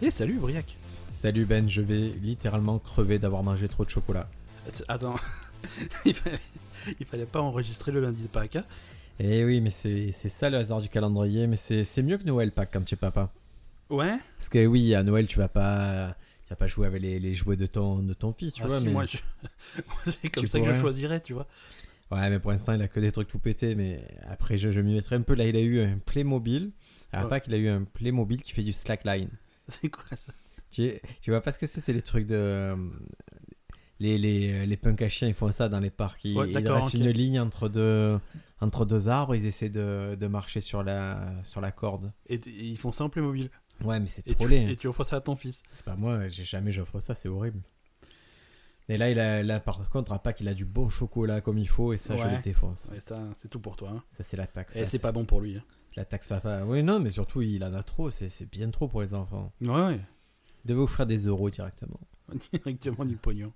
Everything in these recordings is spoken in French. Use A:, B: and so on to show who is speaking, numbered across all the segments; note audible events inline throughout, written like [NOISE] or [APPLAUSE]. A: Et Eh, salut Briac
B: Salut Ben, je vais littéralement crever d'avoir mangé trop de chocolat.
A: Attends, [LAUGHS] il, fallait, il fallait pas enregistrer le lundi de Pâques. hein.
B: Eh oui, mais c'est c'est ça le hasard du calendrier, mais c'est c'est mieux que Noël, Pâques, quand tu es papa.
A: Ouais
B: Parce que oui, à Noël, tu vas pas, tu vas pas jouer avec les, les jouets de ton, de ton fils, tu
A: Ah,
B: vois.
A: si,
B: mais...
A: moi, je- [LAUGHS] moi, c'est comme
B: Tu
A: ça que je
B: pourrais.
A: choisirais, tu vois. [LAUGHS]
B: Ouais, mais pour l'instant, il a que des trucs tout pétés, mais après, je, je m'y mettrai un peu. Là, il a eu un Playmobil. À
A: Ouais.
B: Pâques, il a eu un Playmobil qui fait du slackline.
A: C'est quoi ça
B: Tu, tu vois pas ce que c'est, c'est les trucs de. euh, Les, les, les punks à chiens, ils font ça dans les parcs. Ils,
A: Ouais,
B: ils
A: d'accord,
B: dressent
A: ok.
B: une ligne entre deux, entre deux arbres, ils essaient de, de marcher sur la, sur la corde.
A: et, t- et ils font ça en Playmobil.
B: Ouais, mais c'est
A: Et
B: trop
A: tu,
B: laid. hein.
A: et tu offres ça à ton fils.
B: C'est pas moi, j'ai jamais j'offre ça, c'est horrible. Mais là, il a, là, par contre, à Pâques, il a du bon chocolat comme il faut, et ça, je
A: Ouais.
B: le défonce.
A: Et ça, c'est tout pour toi. hein.
B: Ça, c'est la taxe.
A: Et
B: la
A: c'est pas bon pour lui. hein.
B: La taxe papa. Oui, non, mais surtout, il en a trop. C'est c'est bien trop pour les enfants.
A: Ouais,
B: Il devait offrir des euros directement.
A: ouais. [LAUGHS] Directement du pognon.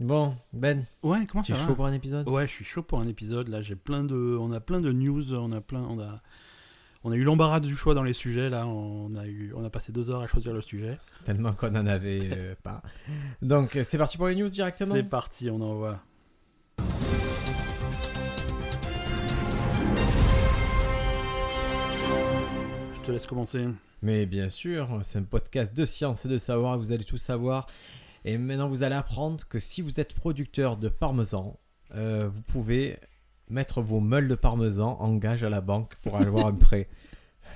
B: Bon, Ben,
A: Ouais, comment
B: tu
A: ça
B: es
A: va
B: chaud pour un épisode
A: Ouais, je suis chaud pour un épisode. Là, j'ai plein de, on a plein de news, on a plein, on a, on a eu l'embarras du choix dans les sujets. Là, on a eu, on a passé deux heures à choisir le sujet.
B: [LAUGHS] Tellement qu'on en avait euh, pas. Donc, euh, c'est parti pour les news directement
A: C'est parti, on envoie. Je te laisse commencer.
B: Mais bien sûr, c'est un podcast de science et de savoir. Vous allez tout savoir. Et maintenant, vous allez apprendre que si vous êtes producteur de parmesan, euh, vous pouvez mettre vos meules de parmesan en gage à la banque pour avoir un prêt.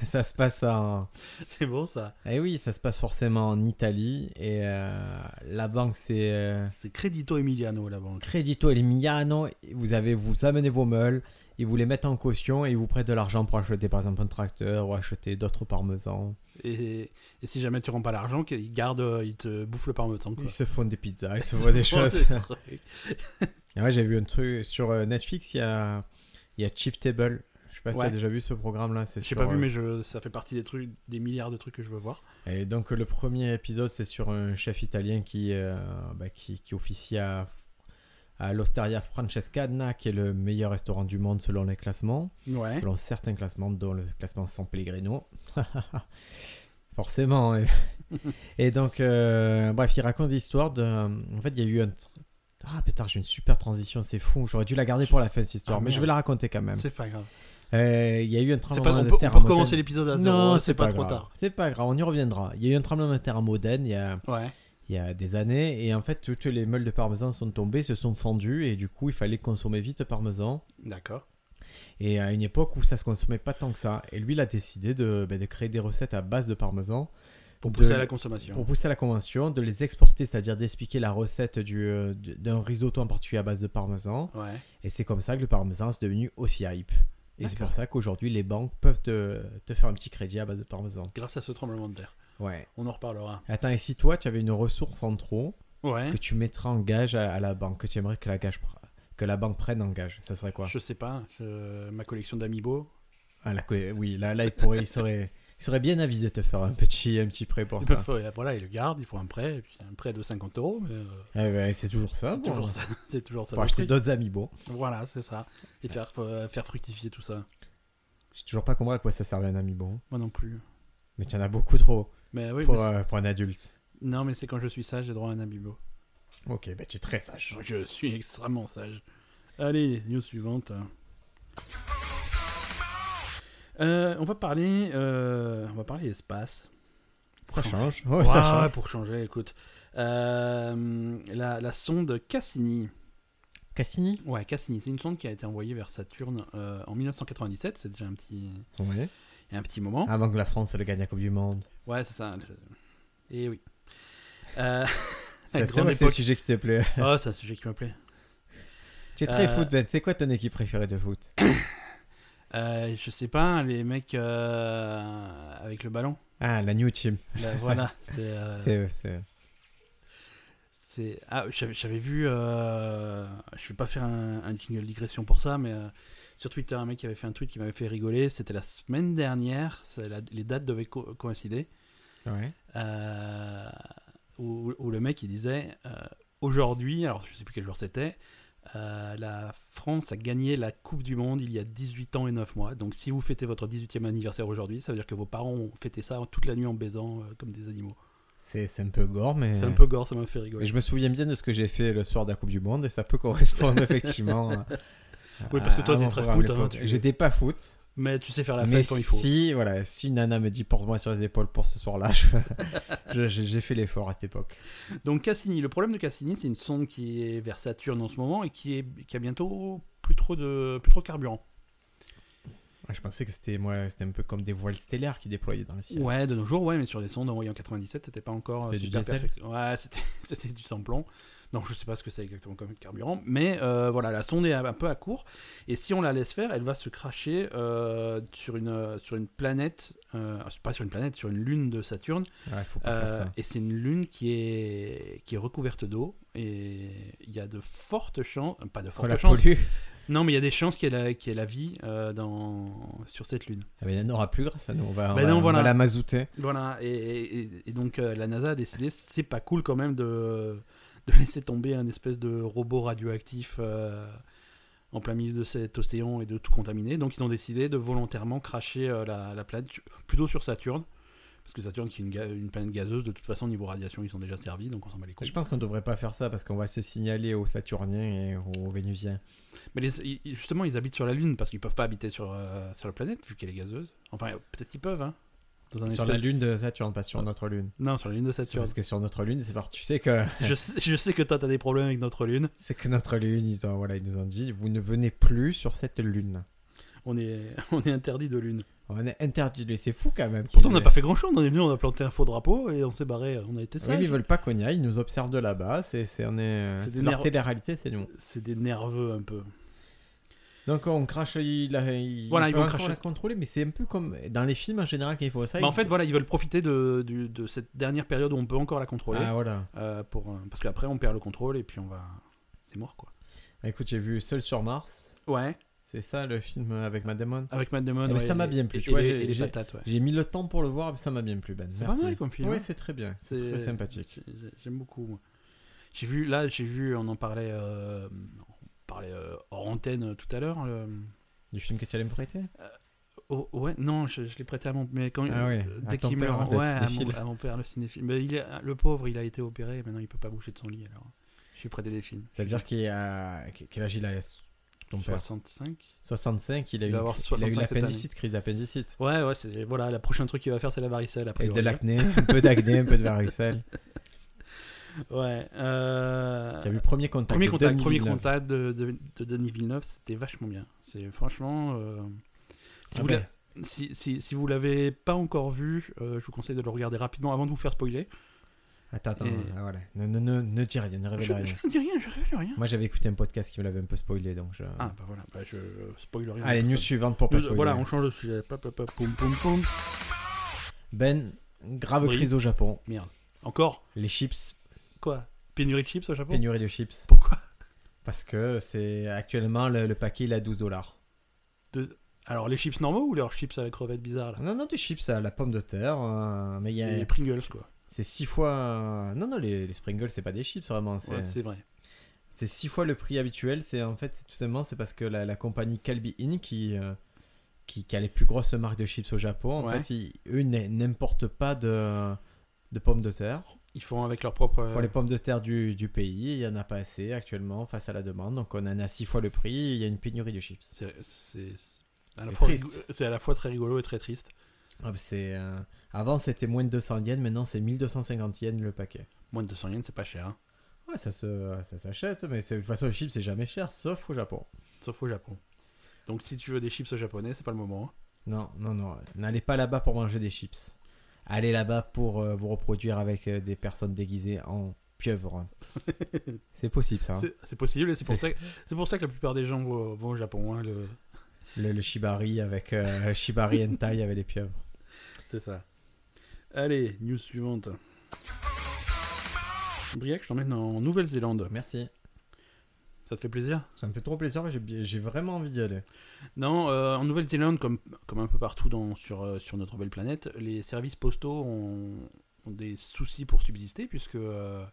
B: Ça se passe en,
A: [LAUGHS] C'est bon ça.
B: Eh oui, ça se passe forcément en Italie et euh, la banque c'est euh,
A: C'est Credito Emiliano la banque.
B: Credito Emiliano. Vous avez vous amenez vos meules, ils vous les mettent en caution et ils vous prêtent de l'argent pour acheter par exemple un tracteur ou acheter d'autres parmesans.
A: Et, et si jamais tu rends pas l'argent, ils gardent, ils te bouffent le parmesan. quoi.
B: Ils se font des
A: [LAUGHS]
B: pizzas, ils se font des choses.
A: Des trucs.
B: Et ouais, j'ai vu un truc sur euh, Netflix, il y a il y a Chief Table. Je sais pas si
A: Ouais.
B: tu as déjà vu ce programme là, [LAUGHS] c'est
A: J'ai
B: sur,
A: pas vu,
B: euh,
A: mais je, ça fait partie des trucs, des milliards de trucs que je veux voir.
B: Et donc euh, le premier épisode, c'est sur un chef italien qui, euh, bah, qui, qui officie à, à l'Osteria Francescana, qui est le meilleur restaurant du monde selon les classements,
A: Ouais.
B: selon certains classements, dont le classement San Pellegrino. [LAUGHS]
A: [LAUGHS]
B: Forcément. Et, et donc, euh, bref, il raconte l'histoire de... En fait, il y a eu un... tr- Ah putain, j'ai une super transition, c'est fou. J'aurais dû la garder pour la fin cette histoire,
A: Ah,
B: mais je
A: merde.
B: vais la raconter quand même.
A: C'est pas grave.
B: Euh, Il y a eu un
A: C'est
B: tremblement
A: pas, on
B: de
A: peut, on
B: terre
A: peut
B: à
A: recommencer
B: Modène.
A: l'épisode à zéro. hein,
B: Non,
A: c'est pas, trop
B: grave.
A: tard.
B: C'est pas grave, on y reviendra. Il y a eu un tremblement de terre à Modène il y a,
A: Ouais.
B: il y a des années, et en fait, toutes les meules de parmesan sont tombées, se sont fendues, et du coup, il fallait consommer vite parmesan.
A: D'accord.
B: Et à une époque où ça se consommait pas tant que ça, et lui, il a décidé de, ben, de créer des recettes à base de parmesan.
A: Pour
B: de-
A: pousser à la consommation.
B: pour pousser à la convention, de les exporter, c'est-à-dire d'expliquer la recette du, euh, d'un risotto en particulier à base de parmesan.
A: Ouais.
B: Et c'est comme ça que le parmesan est devenu aussi hype. Et c'est
A: D'accord.
B: pour ça qu'aujourd'hui, les banques peuvent te, te faire un petit crédit à base de parmesan.
A: Grâce à ce tremblement de terre.
B: Ouais.
A: On en reparlera.
B: Attends, et si toi, tu avais une ressource en trop
A: Ouais.
B: que tu mettrais en gage à, à la banque, que tu aimerais que la, gage pr- que la banque prenne en gage, ça serait quoi
A: Je sais pas. je- Ma collection d'amiibo.
B: ah, la co- Oui, là, là il, pourrait, il, serait, il serait bien avisé de te faire un petit, un petit prêt pour
A: Ils
B: ça.
A: peuvent- euh, Voilà, ils le gardent. Ils font un prêt. et puis un prêt de 50 euros. Mais euh,
B: Eh ben, c'est toujours ça.
A: c'est
B: bon.
A: toujours ça. [LAUGHS] C'est toujours ça.
B: Pour
A: le
B: acheter
A: truc.
B: d'autres amiibo.
A: Voilà, c'est ça. Et faire, euh, faire fructifier tout ça.
B: J'ai toujours pas compris à quoi ça servait un amiibo.
A: Moi non plus.
B: Mais tu en as beaucoup trop
A: Mais oui.
B: pour,
A: mais c'est-
B: euh, pour un adulte.
A: Non, mais c'est quand je suis sage, j'ai droit à un amiibo.
B: Ok, ben tu es très sage.
A: Je suis extrêmement sage. Allez, news suivante. Euh, on va parler, euh, on va parler espace.
B: Ça
A: Pour
B: change.
A: changer.
B: Ouais, ça
A: Ouais,
B: change.
A: Pour changer, écoute, Euh, la, la sonde Cassini.
B: Cassini
A: Ouais, Cassini, c'est une sonde qui a été envoyée vers Saturne euh, en 1997. C'est déjà un petit,
B: Oui.
A: il y a un petit moment.
B: Avant que la France le gagne la Coupe du Monde.
A: Ouais, c'est ça. Et oui. Euh,
B: C'est
A: grande
B: vrai que c'est le
A: époque.
B: sujet qui te plaît.
A: oh, c'est un sujet qui me plaît.
B: [LAUGHS] Tu es très
A: Euh,
B: foot, Ben. C'est quoi ton équipe préférée de foot
A: Euh, je sais pas, les mecs euh, avec le ballon.
B: Ah, la New Team.
A: Là, voilà, c'est. euh,
B: C'est, c'est-
A: c'est- Ah, j'avais j'avais vu. euh, Je vais pas faire un, un jingle digression pour ça, mais euh, sur Twitter, un mec qui avait fait un tweet qui m'avait fait rigoler. C'était la semaine dernière. c'est la- Les dates devaient co- coïncider.
B: Ouais.
A: euh, où, où le mec il disait euh, aujourd'hui, alors je sais plus quel jour c'était, euh, la France a gagné la Coupe du Monde il y a 18 ans et 9 mois. Donc si vous fêtez votre 18e anniversaire aujourd'hui, ça veut dire que vos parents ont fêté ça toute la nuit en baisant euh, comme des animaux.
B: C'est c'est un peu gore, mais.
A: C'est un peu gore, ça m'a fait
B: mais
A: rigoler.
B: je me souviens bien de ce que j'ai fait le soir de la Coupe du Monde et ça peut [LAUGHS] correspondre effectivement. à-
A: Oui, parce que toi,
B: à
A: t'es
B: mon
A: très
B: programme
A: foot, hein,
B: d'époque.
A: tu-
B: J'étais pas foot.
A: Mais tu sais faire la
B: mais
A: fête quand il faut.
B: si, voilà, si Nana me dit porte-moi sur les épaules pour ce soir-là, je- [LAUGHS] je- j'ai j'ai fait l'effort à cette époque.
A: Donc Cassini, le problème de Cassini, c'est une sonde qui est vers Saturne en ce moment et qui, est, qui a bientôt plus trop de, plus trop de carburant.
B: Ouais, je pensais que c'était moi, c'était un peu comme des voiles stellaires qui déployaient dans le ciel.
A: Ouais, de nos jours, ouais, mais sur les sondes envoyées en 97, c'était pas encore.
B: C'était
A: euh,
B: du
A: super
B: diesel
A: perfect- Ouais, [LAUGHS] c'était- c'était du sans-plomb. Non, je sais pas ce que c'est exactement comme carburant, mais euh, voilà, la sonde est un peu à court. Et si on la laisse faire, elle va se cracher euh, sur, une, euh, sur une planète, euh, pas sur une planète, sur une lune de Saturne.
B: Ouais, faut pas faire
A: Euh,
B: ça.
A: et c'est une lune qui est, qui est recouverte d'eau. Et il y a de fortes chances, pas de
B: Faut
A: fortes
B: la
A: chances,
B: pollue.
A: Non, mais il y a des chances qu'il y ait la, qu'il y ait la vie euh, dans, sur cette lune.
B: Ah, mais elle n'aura plus grâce à nous. On va, on
A: Bah
B: va-
A: non,
B: on va
A: voilà.
B: la mazouter.
A: Voilà, et, et- et donc euh, la NASA a décidé, c'est pas cool quand même de, de laisser tomber un espèce de robot radioactif euh, en plein milieu de cet océan et de tout contaminer. Donc ils ont décidé de volontairement cracher euh, la, la planète, su- plutôt sur Saturne. Parce que Saturne, qui est une, ga- une planète gazeuse, de toute façon, niveau radiation, ils sont déjà servis, donc on s'en bat les couilles.
B: Je pense qu'on devrait pas faire ça parce qu'on va se signaler aux Saturniens et aux Vénusiens.
A: Mais les- i- i- justement, ils habitent sur la Lune, parce qu'ils peuvent pas habiter sur, euh, sur la planète, vu qu'elle est gazeuse. Enfin, peut-être qu'ils peuvent, hein. Dans un
B: Sur
A: espèce-
B: la lune de Saturne, pas sur notre lune.
A: Non, sur la Lune de Saturne.
B: Parce que sur notre lune, c'est alors tu sais que [LAUGHS]
A: je, sais, je sais que toi, t'as des problèmes avec notre lune.
B: c'est que notre lune, ils ont voilà, ils nous ont dit vous ne venez plus sur cette lune.
A: On est, [LAUGHS] on est interdit de lune.
B: On est interdit de c'est fou quand même.
A: Pourtant, on
B: qu'ils-
A: n'a pas fait grand chose. On est venu, on a planté un faux drapeau et on s'est barré. On a été
B: Oui, mais
A: sage.
B: ils veulent pas qu'on y aille, ils nous observent de là-bas, c'est c'est on est
A: C'est
B: c'est
A: des
B: leur
A: nerfs.
B: télé-réalité, c'est nous.
A: C'est des nerveux un peu.
B: Donc on crache il a, il
A: Voilà,
B: on
A: ils
B: peut
A: vont
B: encore
A: cracher.
B: la contrôler mais c'est un peu comme dans les films en général qu'il faut ça.
A: Mais
B: ils-
A: en fait, voilà, ils veulent profiter de, du- de cette dernière période où on peut encore la contrôler.
B: Ah voilà.
A: euh, pour, euh, parce qu'après, on perd le contrôle et puis on va. C'est mort quoi.
B: Bah, Écoute, j'ai vu Seul sur Mars,
A: Ouais,
B: c'est ça le film avec Matt Damon.
A: avec Matt Damon.
B: Eh ben,
A: ouais,
B: ça
A: et
B: m'a
A: les-
B: bien plu,
A: Et,
B: tu
A: et
B: vois,
A: les,
B: j'ai-
A: et les
B: j'ai-
A: patates, ouais.
B: J'ai mis le temps pour le voir, mais ça m'a bien plu Ben.
A: C'est pas
B: Merci.
A: mal comme film. hein.
B: Ouais, c'est très bien, c'est
A: C'est-
B: très sympathique.
A: J'ai- J'aime beaucoup. moi. J'ai vu, là, j'ai vu, on en parlait, euh, on parlait euh, hors antenne euh, tout à l'heure. le-
B: Du film que tu allais me prêter
A: Oh, ouais, non, je, je l'ai prêté à mon mais quand
B: Ah ouais,
A: euh,
B: à
A: dès
B: ton
A: qu'il me le
B: père,
A: rend-
B: le
A: ouais, à, mon,
B: cinéphile.
A: à mon père le cinéphile. Mais il est, le pauvre, il a été opéré, maintenant il peut pas bouger de son lit alors. Je lui ai prêté des films.
B: C'est-à-dire qu'il a quel âge il a ton père
A: 65.
B: 65, il a
A: Il
B: eu
A: va avoir
B: il a eu
A: 65 cette
B: l'appendicite, crise d'appendicite.
A: Ouais, ouais, c'est voilà, la prochaine truc qu'il va faire c'est la varicelle après.
B: Et de l'acné, un peu d'acné, un peu de varicelle.
A: Ouais. euh,
B: Tu as vu premier contact
A: Premier
B: de
A: contact,
B: Denis
A: premier
B: Villeneuve.
A: contact de, de, de Denis Villeneuve, c'était vachement bien. C'est franchement euh, si,
B: Ah
A: vous
B: ben,
A: l'a- si, si, si vous l'avez pas encore vu, euh, je vous conseille de le regarder rapidement avant de vous faire spoiler.
B: Attends, attends,
A: Et-
B: ah, voilà. ne, ne, ne, ne dis rien, ne
A: Je,
B: révèle
A: je
B: rien.
A: ne dis rien, je révèle rien.
B: Moi j'avais écouté un podcast qui me l'avait un peu spoilé, donc je...
A: Ah bah voilà, bah, je spoil rien.
B: Allez,
A: Personne.
B: news suivante pour pas
A: Nous,
B: spoiler.
A: voilà, on change de sujet. Pop, pop, pop, poum, poum, poum.
B: Ben, grave
A: Oui. Ah
B: crise au Japon.
A: Merde. Encore
B: Les chips,
A: Quoi Pénurie de chips au Japon
B: pénurie de chips.
A: Pourquoi
B: Parce que c'est actuellement le, le paquet il est à 12 dollars.
A: De- Alors, les chips normaux ou leurs chips à la crevette bizarre là
B: Non, non, des chips à la pomme de terre, euh, mais il y a-
A: Les Pringles quoi.
B: c'est 6 fois... euh, Non, non, les, les Springles c'est pas des chips vraiment, c'est...
A: Ouais, c'est vrai.
B: C'est six fois le prix habituel. C'est en fait c'est tout simplement c'est parce que la, la compagnie Calbee Inc qui, euh, qui qui a les plus grosses marques de chips au Japon, en
A: Ouais.
B: fait, ils- eux n'a- n'importent pas de de pommes de terre.
A: Ils font avec leur propre. euh,
B: Pour les pommes de terre du, du pays, il y en a pas assez actuellement face à la demande. Donc on en a six fois le prix. et Il y a une pénurie de chips.
A: C'est c'est- à la
B: C'est
A: fois
B: triste.
A: rigolo- C'est à la fois très rigolo et très triste.
B: Ah, bah, c'est euh, avant c'était moins de 200 yens, maintenant c'est 1250 yens le paquet.
A: Moins de 200 yens, c'est pas cher. hein.
B: Ouais, ça se ça s'achète, mais c'est- de toute façon les chips c'est jamais cher, sauf au Japon.
A: Sauf au Japon. Donc, si tu veux des chips japonais, c'est pas le moment. hein.
B: Non, non, non. N'allez pas là-bas pour manger des chips. Allez là-bas pour euh, vous reproduire avec euh, des personnes déguisées en [LAUGHS] pieuvres. c'est possible ça. hein.
A: C'est- C'est possible et c'est pour, ça
B: C'est-
A: que- c'est pour ça que la plupart des gens vont, vont au Japon. hein, le-
B: Le, le shibari avec euh, [LAUGHS] shibari hentai avec les pieuvres.
A: C'est ça. Allez, news suivante. Briac, je t'emmène en Nouvelle-Zélande.
B: Merci.
A: Ça te fait plaisir
B: Ça me fait trop plaisir. j'ai bi- J'ai vraiment envie d'y aller.
A: Non, euh, en Nouvelle-Zélande, comme, comme un peu partout dans, sur, euh, sur notre belle planète, les services postaux ont, ont des soucis pour subsister, puisque euh,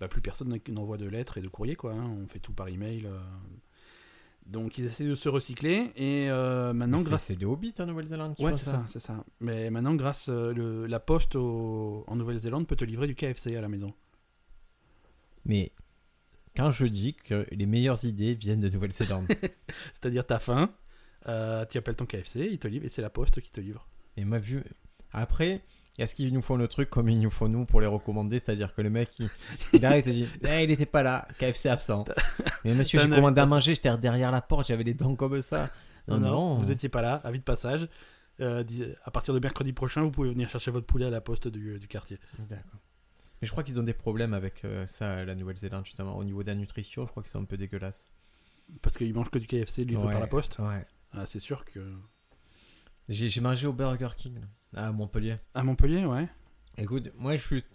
A: bah, plus personne n'a- n'envoie de lettres et de courriers, quoi. hein. On fait tout par email. euh. Donc, ils essaient de se recycler. Et euh, maintenant,
B: C'est-
A: grâce
B: C'est des hobbits en Nouvelle-Zélande qui
A: Ouais,
B: font
A: c'est ça, c'est ça. Mais maintenant, grâce euh, le, la poste au- en Nouvelle-Zélande peut te livrer du KFC à la maison.
B: Mais quand je dis que les meilleures idées viennent de Nouvelle-Zélande,
A: C'est-à-dire, t'as faim, euh, tu appelles ton KFC, il te livre et c'est la poste qui te livre.
B: et ma vue. Après, est-ce qu'ils nous font le truc comme ils nous font nous pour les recommander C'est-à-dire que le mec, il, il arrive
A: [LAUGHS]
B: et dit Eh, il était pas là, KFC absent. Mais monsieur,
A: t'as
B: j'ai
A: un
B: commandé à
A: invitation.
B: manger, j'étais derrière la porte, j'avais les dents comme
A: [LAUGHS]
B: ça. Non, Ah non.
A: vous étiez pas là, avis de passage. Euh, dis- à partir de mercredi prochain, vous pouvez venir chercher votre poulet à la poste du, du quartier.
B: D'accord. Mais je crois qu'ils ont des problèmes avec euh, ça, la Nouvelle-Zélande, justement. Au niveau de la nutrition, je crois qu'ils sont un peu dégueulasses.
A: Parce qu'ils mangent que du KFC livré
B: Ouais.
A: par la poste.
B: Ouais.
A: Ah, c'est sûr que.
B: J'ai j'ai mangé au Burger King, là, à Montpellier.
A: À Montpellier, ouais.
B: Écoute, moi, je suis. Tu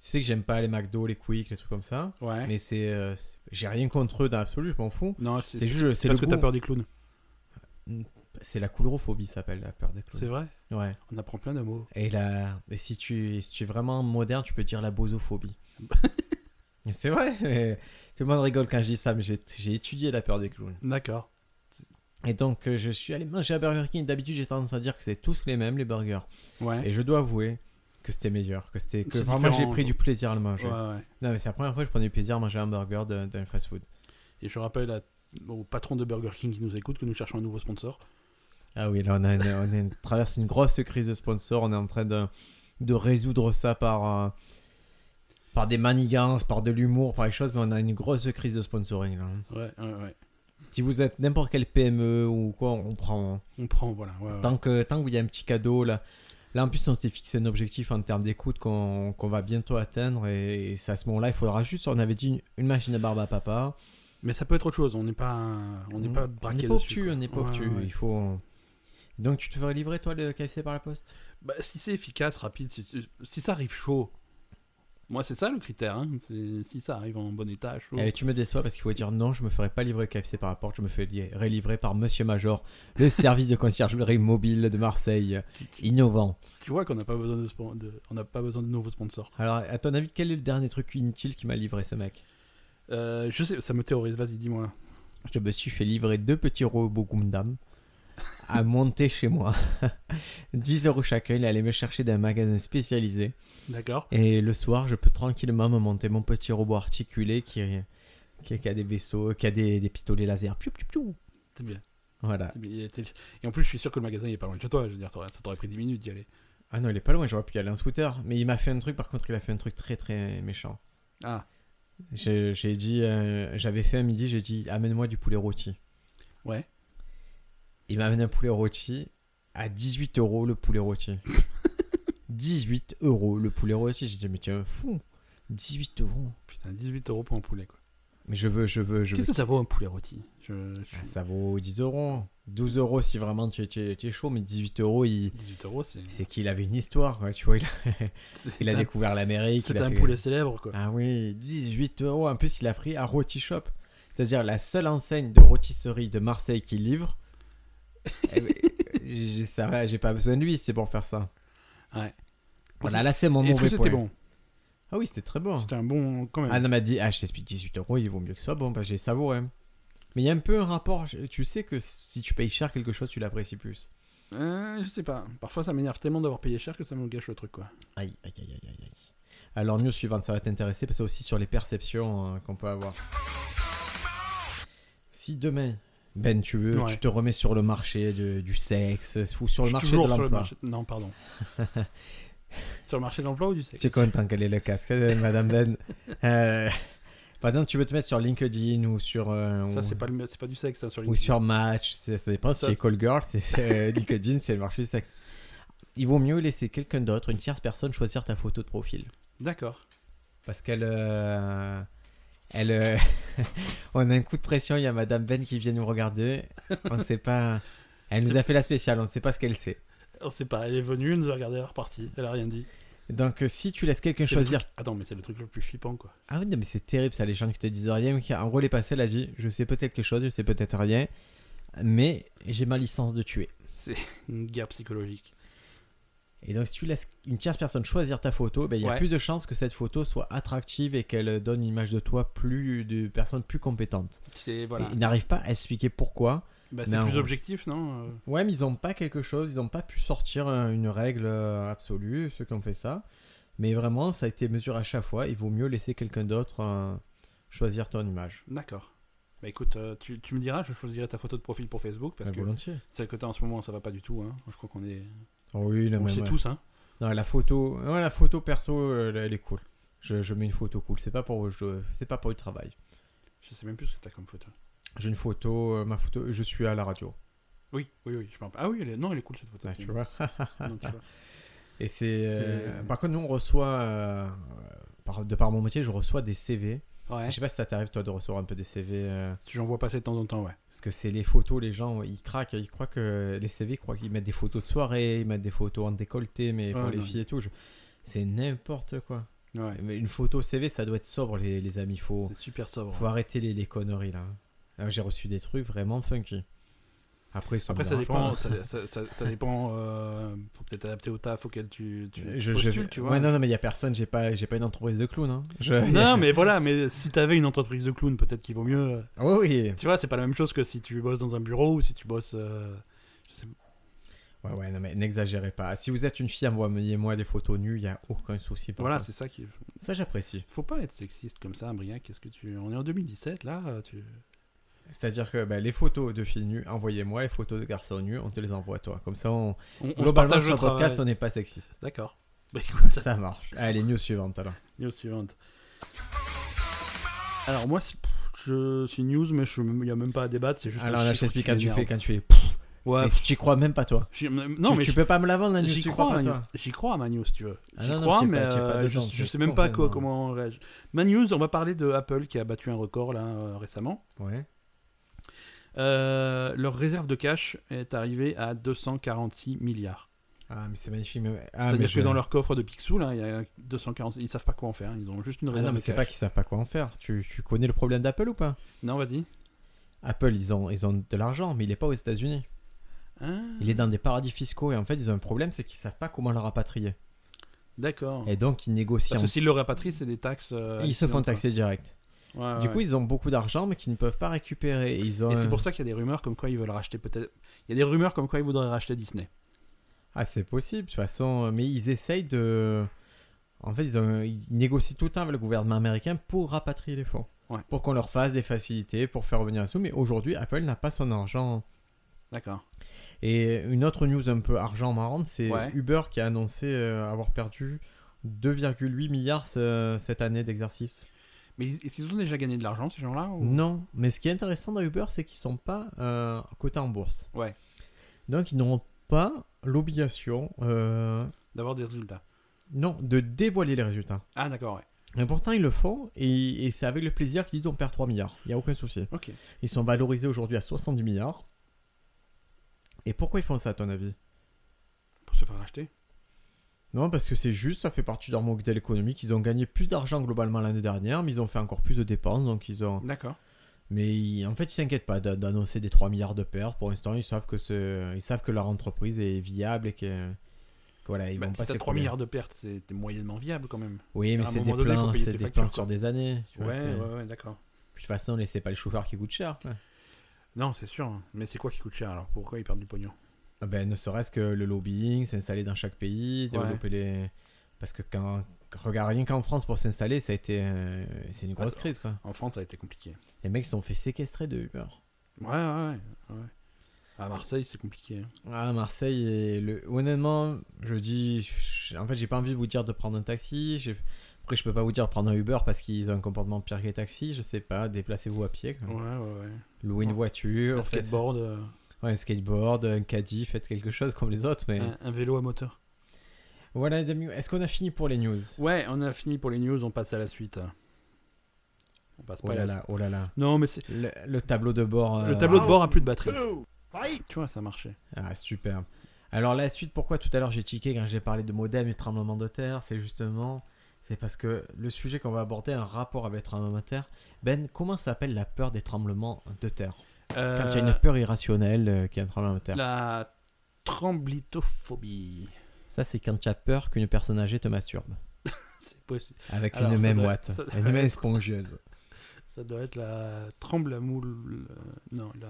B: sais que j'aime pas les McDo, les Quick, les trucs comme ça.
A: Ouais.
B: Mais c'est. euh, c'est- J'ai rien contre eux dans l'absolu, je m'en fous.
A: Non,
B: C'est
A: c'est
B: juste. le- C'est le
A: parce que t'as
B: goût.
A: peur des clowns.
B: C'est la coulrophobie, ça s'appelle, la peur des
A: C'est
B: clowns.
A: vrai
B: Ouais.
A: On apprend plein de mots.
B: Et là. Et si tu, si tu es vraiment moderne, tu peux dire
A: [LAUGHS]
B: la bosophobie. Mais c'est vrai. mais Tout le monde rigole quand je dis ça, mais j'ai j'ai étudié la peur des clowns.
A: D'accord.
B: Et donc, euh, je suis allé manger à Burger King. D'habitude, j'ai tendance à dire que c'est tous les mêmes, les burgers.
A: Ouais.
B: Et je dois avouer que c'était meilleur, que c'était que
A: C'est
B: vraiment j'ai
A: différent,
B: pris
A: quoi.
B: du plaisir à le
A: ouais,
B: manger.
A: ouais.
B: Non, mais c'est la première fois que je prenais du plaisir à manger un burger d'un d'un fast-food.
A: Et je rappelle à- au patron de Burger King qui nous écoute que nous cherchons un nouveau sponsor.
B: Ah oui, là, on, a une- on est- on traverse une grosse crise de sponsors. On est en train de, de résoudre ça par, euh, par des manigances, par de l'humour, par les choses, mais on a une grosse crise de sponsoring. là.
A: Ouais, ouais, ouais.
B: Si vous êtes n'importe quelle PME E ou quoi, on prend. hein.
A: On prend, voilà. ouais, ouais.
B: Tant que tant qu'il y a un petit cadeau là. Là, en plus, on s'est fixé un objectif en termes d'écoute qu'on qu'on va bientôt atteindre. Et, et c'est à ce moment-là, il faudra juste, on avait dit, une, une machine à barbe à papa.
A: Mais ça peut être autre chose. On n'est pas, on n'est pas braqué
B: On n'est
A: dessus,
B: pas obtus,
A: quoi.
B: on n'est pas
A: Ouais,
B: obtus.
A: ouais, ouais.
B: Il faut... Donc, tu te ferais livrer, toi, le KFC par la poste
A: Bah, si c'est efficace, rapide, si, si ça arrive chaud. Moi, c'est ça le critère. hein. C'est- Si ça arrive en bon état, chaud.
B: Eh, Tu me déçois parce qu'il faut dire non, je me ferai pas livrer KFC par la porte, je me fais li- relivrer par Monsieur Major, le service de conciergerie mobile de Marseille, innovant.
A: Tu vois qu'on n'a pas besoin de, spon- de- on n'a pas besoin de nouveaux sponsors.
B: Alors, à ton avis, quel est le dernier truc inutile qui m'a livré ce mec
A: Euh, je sais, ça me terrorise. Vas-y, dis-moi.
B: Je me suis fait livrer deux petits robots Gundam à monter chez moi. [LAUGHS] 10 euros chacun, il allait me chercher d'un magasin spécialisé.
A: D'accord.
B: Et le soir, je peux tranquillement me monter mon petit robot articulé qui, qui, qui a des vaisseaux, qui a des, des pistolets laser. Piou, piou, piou.
A: C'est bien.
B: Voilà.
A: c'est bien. Il était- Et en plus, je suis sûr que le magasin il est pas loin de chez toi. Je veux dire, t'aurais- ça t'aurait pris 10 minutes d'y aller.
B: Ah non, il est pas loin, j'aurais pu y aller en scooter. Mais il m'a fait un truc, par contre, il a fait un truc très très méchant.
A: Ah,
B: J'ai j'ai dit, euh, j'avais fait à midi, j'ai dit, amène-moi du poulet rôti.
A: ouais.
B: Il m'a amené un poulet rôti à 18 euros le
A: [LAUGHS]
B: poulet rôti. 18 euros le poulet rôti. J'ai dit, mais tiens, fou. 18 euros.
A: Putain, 18 euros pour un poulet. quoi.
B: Mais je veux, je veux, je veux.
A: Qu'est-ce que ça vaut un poulet rôti Je- je suis-
B: Ah, ça vaut 10 euros. 12 euros si vraiment tu es, tu es- tu es chaud, mais 18 euros, il...
A: 18 euros, c'est.
B: c'est qu'il avait une histoire. quoi, tu vois, il a, il a
A: c'est un-
B: découvert l'Amérique. il
A: C'est
B: a
A: un
B: fait-
A: poulet célèbre, quoi.
B: Ah oui, 18 euros. En plus, il a pris à Rôti Shop. C'est-à-dire la seule enseigne de rôtisserie de Marseille qui livre.
A: [LAUGHS]
B: Eh ben, j'ai- ça va, j'ai pas besoin de lui, c'est pour faire ça.
A: Ouais.
B: Voilà, là c'est mon
A: Est-ce que
B: mauvais
A: c'était
B: point.
A: bon
B: Ah oui, c'était très bon.
A: C'était un bon quand même.
B: Ah non, m'a dit, ah, je t'explique 18 euros, il vaut mieux que ce soit bon parce que j'ai savouré. hein. Mais il y a un peu un rapport. je- Tu sais que si tu payes cher quelque chose, tu l'apprécies plus.
A: Euh, je sais pas. Parfois, ça m'énerve tellement d'avoir payé cher que ça me gâche le truc, quoi.
B: Aïe, aïe, aïe, aïe, aïe. aïe. Alors, news suivante, ça va t'intéresser parce que c'est aussi sur les perceptions euh, qu'on peut avoir. Si demain, Ben, tu veux,
A: Ouais.
B: tu te remets sur le marché de- du sexe ou sur le
A: Je suis
B: marché de
A: toujours sur le
B: l'emploi.
A: marché. Non, pardon. sur le marché de l'emploi ou du sexe
B: Tu es content qu'elle ait le casque, euh, Madame Ben.
A: [LAUGHS]
B: Euh, par exemple, tu veux te mettre sur LinkedIn ou sur, euh,
A: Ça,
B: ou,
A: c'est pas, le- c'est pas du sexe, ça, sur
B: ou
A: LinkedIn.
B: sur Match. c'est- Ça dépend si
A: Ça,
B: c'est
A: c'est-
B: call girl, c'est euh, LinkedIn, c'est le marché du sexe. Il vaut mieux laisser quelqu'un d'autre, une tierce personne, choisir ta photo de profil.
A: D'accord.
B: Parce qu'elle. euh, elle. euh, [LAUGHS] on a un coup de pression, il y a Madame Ben qui vient nous regarder. On ne sait pas. Elle nous a fait la spéciale, on ne sait pas ce qu'elle sait.
A: On sait pas, elle est venue, elle nous a regardé, elle est repartie, elle a rien dit.
B: Donc euh, si tu laisses quelqu'un
A: C'est le
B: choisir.
A: truc- Attends, mais c'est le truc le plus flippant, quoi.
B: Ah oui, non, mais c'est terrible ça, les gens qui te disent rien. Qui, en gros, les passés, elle a dit Je sais peut-être quelque chose, je sais peut-être rien, mais j'ai ma licence de tuer.
A: C'est une guerre psychologique.
B: Et donc, si tu laisses une tierce personne choisir ta photo, ben, il y a
A: Ouais.
B: plus de chances que cette photo soit attractive et qu'elle donne une image de toi plus de personnes plus compétentes.
A: C'est voilà.
B: Et Ils n'arrivent pas à expliquer pourquoi.
A: Bah, c'est
B: Non.
A: plus objectif, non euh,
B: Ouais, mais ils n'ont pas quelque chose, ils n'ont pas pu sortir euh, une règle euh, absolue, ceux qui ont fait ça. Mais vraiment, ça a été mesuré à chaque fois. Il vaut mieux laisser quelqu'un d'autre euh, choisir ton image.
A: D'accord. Bah écoute, euh, tu, tu me diras, je choisirai ta photo de profil pour Facebook parce
B: Ah,
A: que
B: volontiers.
A: celle que t'as en ce moment, ça va pas du tout. Hein. Je crois qu'on est,
B: Oh oui, non,
A: on
B: mais
A: le sait
B: ouais.
A: tous. Hein.
B: Non, la photo, ouais, la photo perso, euh, elle est cool. Je, je mets une photo cool. C'est pas pour, je- c'est pas pour le travail.
A: Je sais même plus ce que t'as comme photo.
B: J'ai une photo, euh, ma photo, je suis à la radio.
A: Oui, oui, oui. Je m'en... Ah oui, elle est- non, elle est cool cette photo.
B: Ouais,
A: c'est-
B: tu vois.
A: non, tu
B: [LAUGHS]
A: vois.
B: Et c'est. euh,
A: C'est-
B: par contre, nous, on reçoit. euh, par- de par mon métier, je reçois des CV.
A: Ouais.
B: Je sais pas si ça t'arrive, toi, de recevoir un peu des CV. euh,
A: J'en vois passer de temps en temps, ouais.
B: parce que c'est les photos, les gens, ils craquent. Ils croient que les CV, ils croient qu'ils mettent des photos de soirée, ils mettent des photos en décolleté, mais pour
A: Ouais,
B: les
A: non.
B: filles et tout. je- C'est n'importe quoi.
A: Ouais.
B: Mais une photo CV, ça doit être sobre, les, les amis. Faut,
A: C'est super sobre.
B: faut arrêter les, les conneries, là. Ah, J'ai reçu des trucs vraiment funky. Après, ça, me
A: Après, ça
B: dérange
A: dépend. Ça,
B: pas.
A: ça- ça- ça dépend. euh, faut peut-être adapter au taf auquel tu, tu
B: Euh, Je- je-
A: postules, tu vois.
B: Ouais, non, non, mais il n'y a personne, j'ai pas, j'ai pas une entreprise de clown. Hein.
A: [LAUGHS]
B: Je- [LAUGHS]
A: Non, mais voilà, mais si t'avais une entreprise de clown, peut-être qu'il vaut mieux. euh,
B: Ah oui, oui.
A: Tu vois, c'est pas la même chose que si tu bosses dans un bureau ou si tu bosses. euh, je sais-
B: Ouais, ouais, non, mais n'exagérez pas. Si vous êtes une fille, envoyez-moi des photos nues, il n'y a aucun souci. pour
A: Voilà,
B: ça.
A: c'est ça qui.
B: ça j'apprécie.
A: Faut pas être sexiste comme ça, Brian. Qu'est-ce que tu. On est en 2017 là. euh, Tu.
B: C'est-à-dire que bah, les photos de filles nues, envoyez-moi, les photos de garçons nus, on te les envoie toi. Comme ça, on...
A: On, on se
B: globalement,
A: partage
B: sur
A: le
B: le podcast, on
A: travail.
B: n'est pas sexiste.
A: D'accord. Bah écoute,
B: Ça marche. Allez, news suivante alors.
A: news suivante. Alors moi, c'est pff, je- c'est une news, mais je- il n'y a même pas à débattre. C'est juste.
B: Alors
A: un
B: là, je
A: chiffre
B: t'explique
A: qui
B: quand tu
A: m'énerve.
B: fais, quand tu fais. Pff,
A: Ouais.
B: c'est- Tu crois même pas toi.
A: je- Non,
B: tu,
A: mais
B: tu
A: je-
B: peux pas me la vendre la news,
A: J'y
B: tu
A: crois,
B: crois pas
A: à
B: toi.
A: Manu- j'y crois à Manu, si tu veux.
B: Ah
A: J'y
B: non, non,
A: crois,
B: t'y es
A: mais
B: pas- t'y es pas
A: euh, je,
B: dedans,
A: je
B: t'es
A: sais même pas quoi,
B: complètement-
A: comment on réagit. Manu, on va parler de Apple qui a battu un record là euh, récemment.
B: Ouais.
A: Euh, leur réserve de cash est arrivée à 246 milliards.
B: Ah, mais c'est magnifique. mais- Ah, mais
A: C'est-à-dire
B: je-
A: que dans leur coffre de Picsou, là, il y a 240. Ils savent pas quoi en faire. hein. Ils ont juste une
B: Ah
A: réserve
B: non, mais
A: de
B: c'est
A: cash.
B: pas qu'ils savent pas quoi en faire. Tu, tu connais le problème d'Apple ou pas
A: Non, vas-y.
B: Apple, ils ont, ils ont de l'argent, mais il est pas aux États-Unis.
A: Ah,
B: Il est dans des paradis fiscaux et en fait, ils ont un problème, c'est qu'ils savent pas comment le rapatrier.
A: D'accord.
B: Et donc, ils négocient.
A: Parce
B: en-
A: que s'ils le rapatrient, c'est des taxes. euh,
B: Ils se font
A: hallucinantes, quoi.
B: taxer direct.
A: Ouais,
B: du
A: ouais.
B: coup, ils ont beaucoup d'argent, mais qu'ils ne peuvent pas récupérer. Et ils ont.
A: Euh,
B: euh,
A: Et
B: un-
A: c'est pour ça qu'il y a des rumeurs comme quoi ils veulent racheter peut-être. Il y a des rumeurs comme quoi ils voudraient racheter Disney.
B: Ah, c'est possible, de toute façon. Mais ils essayent de. En fait, ils, ont- ils négocient tout le temps avec le gouvernement américain pour rapatrier les fonds.
A: Ouais.
B: Pour qu'on leur fasse des facilités, pour faire revenir un sou. Mais aujourd'hui, Apple n'a pas son argent.
A: D'accord.
B: Et une autre news un peu argent marrante, c'est
A: Ouais.
B: Uber qui a annoncé euh, avoir perdu 2,8 milliards ce- cette année d'exercice.
A: Mais ils- est-ce qu'ils ont déjà gagné de l'argent, ces gens-là ou-
B: Non, mais ce qui est intéressant dans Uber, c'est qu'ils sont pas euh, cotés en bourse.
A: Ouais.
B: Donc ils n'auront pas l'obligation, euh,
A: D'avoir des résultats.
B: non, de dévoiler les résultats.
A: Ah, d'accord, ouais.
B: Et pourtant, ils le font et, et c'est avec le plaisir qu'ils disent on perd 3 milliards. Il n'y a aucun souci.
A: Ok.
B: Ils sont valorisés aujourd'hui à 70 milliards. Et pourquoi ils font ça, à ton avis
A: Pour se faire racheter
B: Non, parce que c'est juste, ça fait partie de leur modèle économique. Ils ont gagné plus d'argent globalement l'année dernière, mais ils ont fait encore plus de dépenses. Donc ils ont...
A: D'accord.
B: Mais ils- en fait, ils s'inquiètent pas d'a- d'annoncer des 3 milliards de pertes. Pour l'instant, ils, savent que ce- ils savent que leur entreprise est viable et que, que voilà, ils
A: Bah,
B: vont
A: si
B: pas
A: t'as 3
B: s'écrouler.
A: milliards de pertes, c'est t'es moyennement viable quand même.
B: Oui, mais
A: à un
B: c'est des
A: moment donné, faut
B: plans,
A: payer
B: c'est
A: tes
B: des
A: factures,
B: plans sur
A: quoi.
B: des années. tu
A: Ouais,
B: vois, c'est-
A: ouais,
B: Puis,
A: ouais, d'accord.
B: De toute façon, laissez pas les chauffeurs qui coûtent cher.
A: Non, c'est sûr. hein. Mais c'est quoi qui coûte cher alors Pourquoi ils perdent du pognon
B: Ah Ben, ne serait-ce que le lobbying, s'installer dans chaque pays,
A: Ouais.
B: développer les. Parce que quand. Regarde, rien qu'en France pour s'installer, ça a été. euh, C'est une grosse
A: Attends.
B: crise, quoi.
A: En France, ça a été compliqué.
B: Les mecs se sont fait séquestrer de Uber.
A: Ouais, ouais, ouais. ouais. À Marseille, c'est compliqué. hein.
B: Ah, Marseille, et le... honnêtement, je dis. je- En fait, j'ai pas envie de vous dire de prendre un taxi. j'ai- Après, je peux pas vous dire de prendre un Uber parce qu'ils ont un comportement pire que les taxis. Je sais pas, déplacez-vous à pied. quoi.
A: Ouais, ouais, ouais.
B: Louez une
A: Ouais.
B: voiture.
A: Un
B: faites-
A: skateboard, euh,
B: Ouais, un skateboard, un caddie, faites quelque chose comme les autres. Mais
A: un, un vélo à moteur.
B: voilà, les amis, est-ce qu'on a fini pour les news
A: Ouais, on a fini pour les news, on passe à la suite. On passe pas
B: Oh
A: à la
B: là là, oh là là.
A: Non, mais c'est.
B: Le, le tableau de bord. euh,
A: Le tableau de
B: wow.
A: bord a plus de batterie. Tu vois, ça marchait.
B: Ah, superbe. Alors, la suite, pourquoi tout à l'heure j'ai tiqué quand j'ai parlé de modem et de tremblement de terre C'est justement. C'est parce que le sujet qu'on va aborder a un rapport avec le tremblement de terre. Ben, comment s'appelle la peur des tremblements de terre Quand il y a
A: Euh,
B: une peur irrationnelle euh, qu'il y a un tremblement de terre.
A: La tremblitophobie. [LAUGHS]
B: Ça, c'est quand tu as peur qu'une personne âgée te masturbe.
A: C'est possible.
B: Avec
A: Alors,
B: une
A: ça
B: même
A: doit-
B: ouate,
A: ça doit-
B: une même spongieuse.
A: Ça doit être la tremble à moule. euh, Non, la.